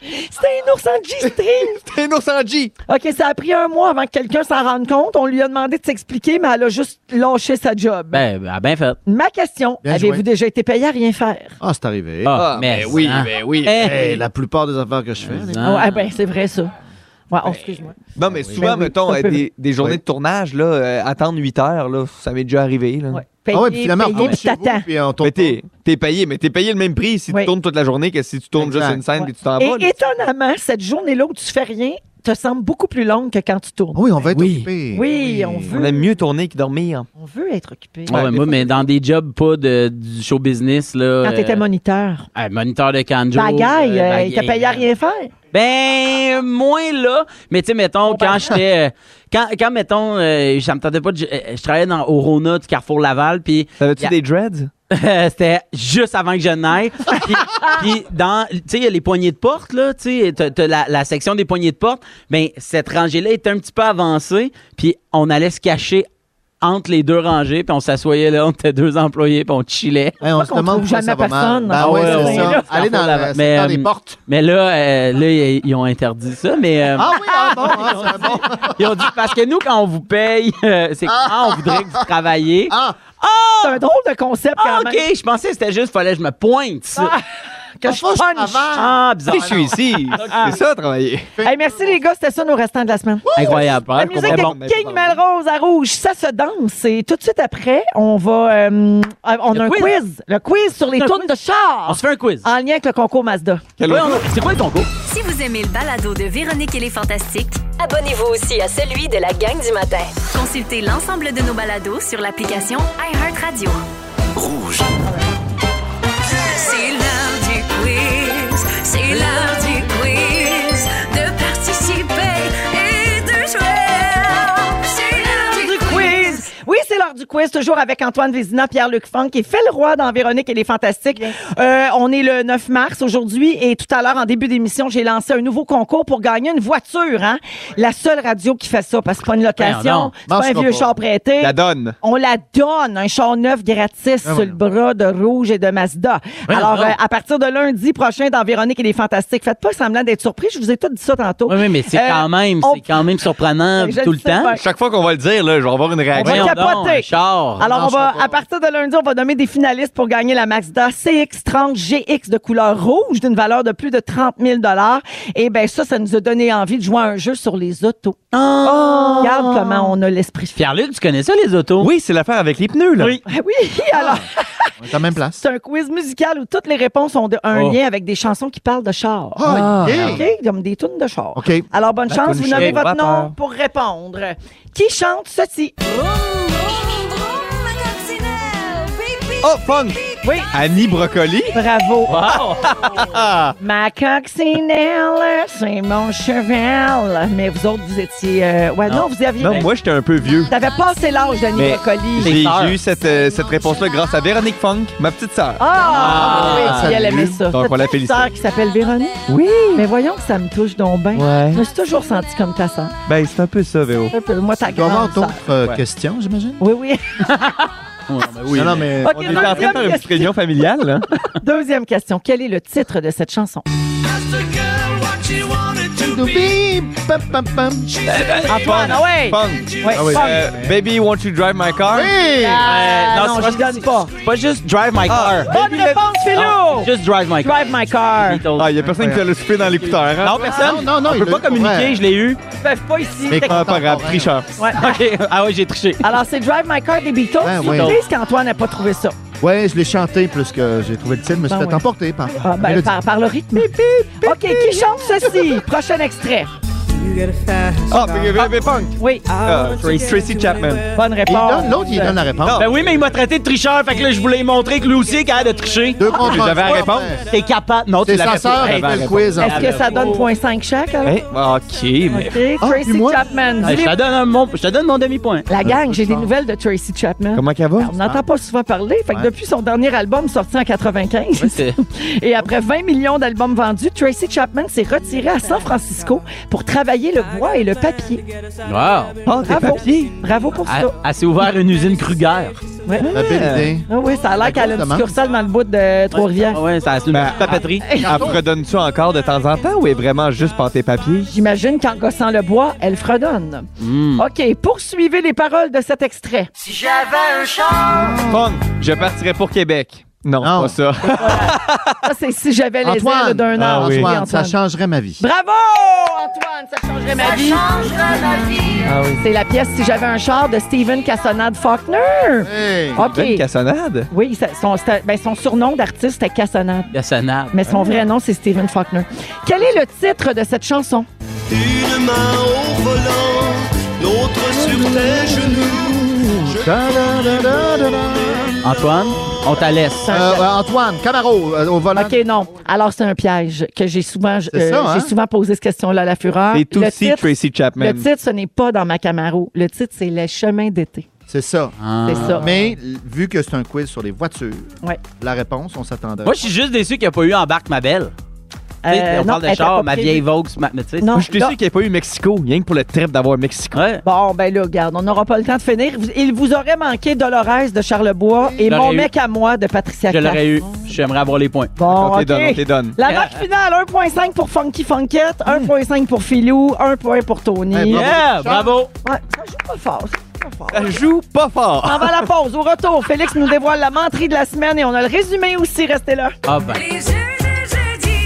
C'était un ours en G-string! C'était un ours en G! OK, ça a pris un mois avant que quelqu'un s'en rende compte. On lui a demandé de s'expliquer, mais elle a juste lâché sa job. Ben, ben, bien fait. Ma question, Bien avez-vous joué. déjà été payé à rien faire? Ah, c'est arrivé. Ah, mais ben oui, hein. ben oui. Eh, Hey, la plupart des affaires que je fais. les- hein. Ah, ben, c'est vrai, ça. Ouais, oh, excuse-moi. Non, mais souvent, Ben oui, mettons, ça euh, peut- des, des journées Oui. de tournage, là, euh, attendre 8 heures, là, ça m'est déjà arrivé. Là. Ouais. Payé, Ah ouais, puis finalement, on payé, rentre puis chez vous, t'attends. puis on tourne Mais t'es t'es payé, mais t'es payé le même prix si Oui. tu tournes toute la journée que si tu tournes Exact. juste une scène Ouais. et tu t'en vas. Et là. étonnamment, cette journée-là où tu fais rien te semble beaucoup plus longue que quand tu pas. tournes. Ah Oui, on va être Oui. occupé. Ah Oui, on On veut, aime mieux tourner que dormir. on veut être occupé. Ouais, Ouais, moi, des mais dans des jobs pas de, du show business, là. Quand euh, t'étais moniteur. euh, moniteur de canjo. Bagaille, euh, euh, il t'a payé à rien faire. Ben, moins là. Mais tu sais, Oh, mettons, ben. quand j'étais. euh, Quand, quand, mettons, euh, ça me tentait pas de. Je, euh, je travaillais dans Orona du Carrefour Laval, puis T'avais-tu Yeah. des dreads? Euh, c'était juste avant que je n'aille. Puis, puis dans, tu sais, il y a les poignées de porte, là, tu sais, t'as- t'as la, la section des poignées de porte. Ben, cette rangée-là était un petit peu avancée, puis on allait se cacher entre les deux rangées, puis on s'assoyait là, on était deux employés, puis on chillait. Hey, Eh, on se qu'on demande trouve pourquoi jamais ça va mal. personne dans Ben ce ouais, c'est magasin-là. ça. Allez dans la- Mais, dans les euh, portes. Mais là, euh, là, ils, ils ont interdit ça, mais... euh, Ah oui, ah bon, ah, c'est un bon. Ils ont dit, parce que nous, quand on vous paye, euh, c'est comment on voudrait que vous travaillez. Ah, C'est un drôle de concept Ah, quand OK, même. je pensais que c'était juste, fallait que je me pointe. ça. Que je punch. Ah, Tu bizarre. sais, je suis ici. C'est ça, travailler. Hey, merci les gars, c'était ça nos restants de la semaine. Incroyable. La Bref, musique qu'on- de bon. mais King pas Melrose à rouge, ça se danse. Et tout de suite après, on va, euh, euh, on a Le un quiz. quiz. le quiz sur les Un tournes de On char, se fait un quiz. en lien avec le concours Mazda. Quel Ouais, autre- on- Ah. C'est quoi le concours? Si vous aimez le balado de Véronique et les Fantastiques, Abonnez-vous aussi à celui de la gang du matin. consultez l'ensemble de nos balados sur l'application iHeartRadio. Rouge. C'est l'heure du quiz, c'est l'heure du quiz, de participer quiz, toujours avec Antoine Vézina, Pierre-Luc Funk et Phil Roy dans Véronique et les Fantastiques. Euh, on est le 9 mars aujourd'hui et tout à l'heure, en début d'émission, j'ai lancé un nouveau concours pour gagner une voiture. Hein? La seule radio qui fait ça, parce que c'est pas une location, Voyons donc. c'est pas un Manquera vieux pas. char prêté. La donne. On la donne, un char neuf gratis sur le bras de Rouge et de Mazda. Alors, donc. euh, à partir de lundi prochain dans Véronique et les Fantastiques, faites pas semblant d'être surpris, je vous ai tout dit ça tantôt. Oui, oui, mais c'est Euh, quand même, on- c'est quand même surprenant Je tout le le sais temps. bien. Chaque fois qu'on va le dire, là, je vais avoir une On va réaction. capoter. un char. Alors, Ah, Non, on je va, sais pas. à partir de lundi, on va nommer des finalistes pour gagner la Mazda CX30GX de couleur rouge d'une valeur de plus de 30 000 Et ben ça, ça nous a donné envie de jouer à un jeu sur les autos. oh, Regarde comment on a l'esprit fin. Ah. Pierre-Luc, tu connais ça, les autos? Oui, c'est l'affaire avec les pneus, là. Ben Oui. Ah Oui, alors, On est à la même place. c'est un quiz musical où toutes les réponses ont de- un Oh. lien avec des chansons qui parlent de char. Ah, yeah. OK, comme des tunes de char. OK. Alors, bonne chance, toune vous nommez chère. votre nom Vapeur. pour répondre. Qui chante ceci? Oh, funk! Oui. Annie Brocoli? Bravo. Wow! Ma coccinelle, c'est mon cheval. Mais vous autres, vous étiez. euh, Ouais, non, Non. vous aviez. Non, moi, j'étais un peu vieux. T'avais passé l'âge, Denis Mais Brocoli. J'ai sœurs. eu cette, euh, cette réponse-là grâce à Véronique Funk, ma petite sœur. Ah, oui, salut. elle aimait ça. Donc, on la T'as-tu une félicite. sœur qui s'appelle Véronique. Oui! Mais voyons que ça me touche donc bien. Ouais. Je me suis toujours sentie comme ta sœur. Ben, c'est un peu ça, Véro. Un peu, Moi, ta Il doit y avoir grande sœur. d'autres euh, questions, j'imagine? Oui, oui. Non, non, mais OK, On était en train de faire une deuxième, petite réunion familiale, hein? que- deuxième question. Quel est le titre de cette chanson? Pam, pam, pam. Antoine, ah ouais! Funk! Ouais, Ah oui. funk. Euh, baby, won't you drive my car? Oui! Euh, Ah, non, non, c'est pas- je donne pas. C'est pas juste Drive My Ah. Car. Bonne réponse, Non, Philo! c'est Juste Drive My Car. Drive my car. Beatles. Ah, il n'y a personne qui fait le souper dans l'écouteur, hein? Non, personne. Non, non, non, On il peut pas l'a eu pour communiquer, vrai. je l'ai eu. Ils peuvent pas ici. Mais- Ah, pas grave, tricheur. Ouais. OK. Ah oui, j'ai triché. Alors, c'est Drive My Car des Beatles. Ah, Je oui. suis surprise qu'Antoine n'a pas trouvé ça. Ouais, je l'ai chanté plus que j'ai trouvé le titre, mais je Ben me suis oui. fait emporter par. Ah, ben, la mélodie. par, par le rythme. OK, qui chante ceci? Prochain extrait. Ah, baby, baby Funk! Oui. Euh, Ah, Tracy Chapman. Bonne Il réponse. donne- L'autre, il donne la réponse. Ben oui, mais il m'a traité de tricheur, fait que là, je voulais lui montrer que lui aussi est capable de tricher. Deux contre mais un. j'avais la Ouais, réponse. ben, T'es capable. Non, tu C'est sa l'avais sœur pas. ben, qui T'avais fait le raison. quiz. en Est-ce que fait. ça donne 0.5 chaque? alors? Hein? OK, mais... OK, Oh. Ah, Tracy puis moi? Chapman. Hey, Je Dis- te donne un- mon- je te donne mon demi-point. La gang, j'ai des nouvelles de Tracy Chapman. Comment qu'elle va? On n'entend pas souvent parler. Fait que Ouais. depuis son dernier album sorti en 95 Oui, c'est- et après 20 millions d'albums vendus, Tracy Chapman s'est retirée à San Francisco pour travailler le bois et le papier. Wow. Ah, tes Bravo. papiers! Bravo pour ça. Elle, elle s'est ouvert une usine Kruger. Ouais. La belle idée. Ah oui, ça a l'air qu'elle a une Exactement. succursale dans le bout de Trois-Rivières. Ah ouais, ça a une Ben, petite papeterie. ah, Elle Ah, fredonne-tu encore de temps en temps ou est vraiment juste par tes papiers? J'imagine qu'en gossant le bois, elle fredonne. OK, poursuivez les paroles de cet extrait. Si j'avais un char, Ah. Funk, je partirais pour Québec. Non, Non. pas ça. Ça, c'est si j'avais les ailes Antoine, d'un Ah an. oui. Antoine, ça changerait ma vie. Bravo, Oh, Antoine, ça changerait ma vie. changerait ma vie. Ah oui. C'est la pièce Si j'avais un char de Stephen Cassonade Faulkner. Hey. Oh, Bonne OK. cassonade. Oui, ça- son, c'était- ben, son surnom d'artiste est Cassonade. La sonade. Mais son vrai nom, c'est Stephen Faulkner. Quel est le titre de cette chanson? Une main au volant, l'autre sur tes genoux. Antoine, on t'a laisse. Euh, euh, Antoine, Camaro, euh, au volant. OK, non. Alors, c'est un piège que j'ai souvent, C'est euh, ça, hein? j'ai souvent posé cette question-là à la fureur. C'est Le aussi titre- Ah, Tracy Chapman. Le titre, ce n'est pas dans ma Camaro. Le titre, c'est Les chemins d'été. C'est ça. C'est Ah. Ah. ça. Mais l- vu que c'est un quiz sur les voitures, Ouais. la réponse, on s'attendait. Moi, je suis juste déçu qu'il n'y a pas eu Embarque ma belle. Tu sais, Euh, on non, parle elle de était pas char, ma prévue. vieille Vogue. ma- mais tu sais, Non. Moi, je suis Là- sûr qu'il n'y a pas eu Mexico, rien que pour le trip d'avoir Mexico. Ouais. Bon, ben là, regarde, on n'aura pas le temps de finir. Vous- Il vous aurait manqué Dolores de Charlebois et Je l'aurais Mon eu. mec à moi de Patricia Je Cass. l'aurais eu. J'aimerais avoir les points. Bon, on OK. t'es donne, on t'es donne. La marque finale, 1.5 pour Funky Funkette, 1.5 pour Philou, 1 point pour Tony. Ouais, bravo. Yeah, bravo. Ouais, ça joue pas fort, ça joue pas fort. Ça joue pas fort. On va à la pause. Au retour, Félix nous dévoile la menterie de la semaine et on a le résumé aussi. Restez là. Ah ben. Les jeux de jeudi,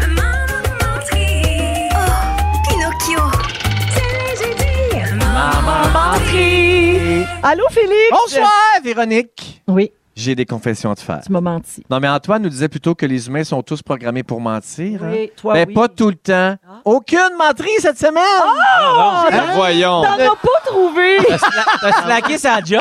maman menterie. Oh, Pinocchio. C'est les jeudis, maman Allô, Félix? Bonsoir, Véronique. Oui, J'ai des confessions à te faire. tu m'as menti. Non, mais Antoine nous disait plutôt que les humains sont tous programmés pour mentir. hein. Oui, toi, mais oui. Ah. Oh! pas tout le temps. Aucune menterie cette semaine. Ah, Ben, voyons. T'en as pas trouvé! Ah, T'as slacké sa job?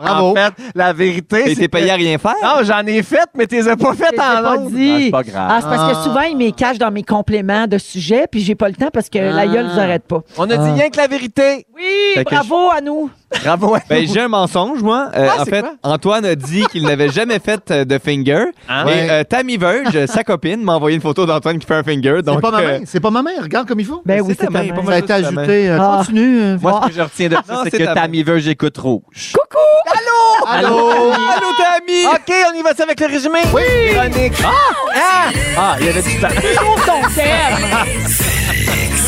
Bravo. En fait, la vérité, Et c'est t'es que- payé à rien faire. Non, j'en ai fait, mais t'es as pas Je fait t'ai en pas ondes. dit. Ah, c'est pas grave. Ah, c'est parce que Ah. souvent, ils me cachent dans mes compléments de sujets, puis j'ai pas le temps parce que la gueule vous arrête pas. On a dit rien Ah. que la vérité. Oui, Fait que bravo à nous. Bravo. Ben, j'ai un mensonge, moi. Euh, Ah, en c'est fait, quoi? Antoine a dit qu'il n'avait jamais fait euh, de finger. Hein? Et Ouais. euh, Tammy Verge, sa copine, m'a envoyé une photo d'Antoine qui fait un finger. C'est donc, pas ma euh, main, c'est pas ma main, regarde comme il faut. Ben oui, c'est ta main, ta pas main. moi, Ça a été c'est ta main. ajouté, euh, Ah. continue. euh, Moi, ce que je retiens de Non, ça, c'est c'est que ta Tammy Verge écoute rouge. Coucou! Allô! Allô? Allô, Tammy! OK, on y va ça avec le résumé? Ah, Oui! Véronique. Ah! Ah! Ah, il y avait du temps. Trouve ton thème!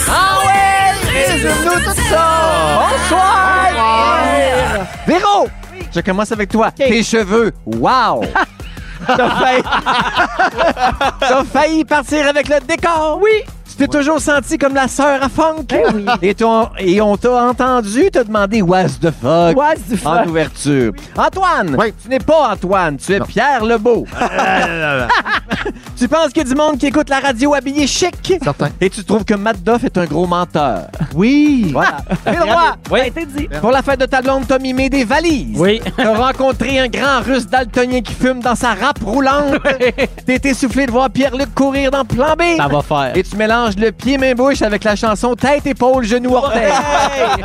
Ah ouais! Résume-nous tout ça! Bonsoir! Véro! Je commence avec toi. Tes cheveux, wow! T'as failli... T'as failli partir avec le décor! Oui! Eh Tu t'es toujours senti comme la sœur à funk! oui. Et, ton- et on t'a entendu te demander What's the fuck? What the fuck? En ouverture. Antoine! Oui. Ah, Tu n'es pas Antoine, tu es Pierre Lebeau. tu penses qu'il y a du monde qui écoute la radio habillé chic? Certain. Et tu trouves que Matt Duff est un gros menteur. Oui. Voilà. Mais droit. Oui. Pour la fête de ta blonde, t'as mimé des valises. Oui. T'as rencontré un grand russe daltonien qui fume dans sa râpe roulante. T'es essoufflé de voir Pierre-Luc courir dans Plan B. Ça va faire. Et tu mélanges le pied main bouche avec la chanson tête épaule genou orteil.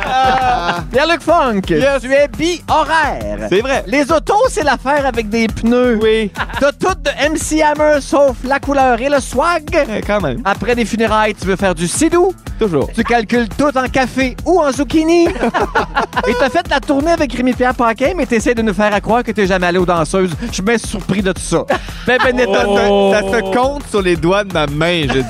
Pierre-Luc Funk, tu es bi-horaire. C'est vrai. Les autos, c'est l'affaire avec des pneus. Oui, T'as tout de MC Hammer sauf la couleur et le swag. euh, quand même. Après des funérailles, tu veux faire du sidou. Toujours. Ah. Tu calcules tout en café ou en zucchini. Et t'as fait la tournée avec Rémi-Pierre Paquin, mais t'essaies de nous faire à croire que t'es jamais allé aux danseuses. Je suis bien surpris de tout ça. Ben Benetta, Ça, t'as- se, ça se compte sur les doigts de ma main, je dis.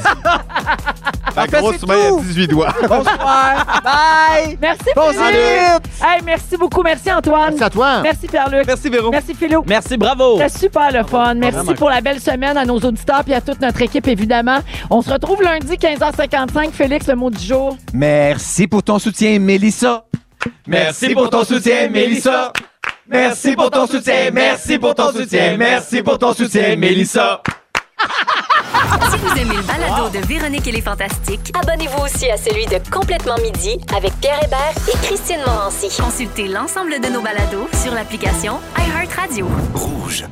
Ma fait, grosse c'est main tout. a 18 doigts. Bonsoir. Bye. Merci, Bon Philippe! salut. Hey, merci beaucoup. Merci, Antoine. C'est à toi. Merci, Pierre-Luc. Merci, Véro. Merci, Philo. Merci, bravo. C'était super le fun. Merci Vraiment. pour la belle semaine à nos auditeurs et à toute notre équipe, évidemment. On se retrouve lundi, 15h55. Félix, le mot du jour. Merci pour ton soutien, Mélissa. Merci pour ton soutien, Mélissa. Merci pour ton soutien. Merci pour ton soutien. Merci pour ton soutien, Mélissa. Si vous aimez le balado de Véronique et les Fantastiques, Abonnez-vous aussi à celui de Complètement Midi avec Pierre Hébert et Christine Morancy. consultez l'ensemble de nos balados sur l'application iHeartRadio. Rouge.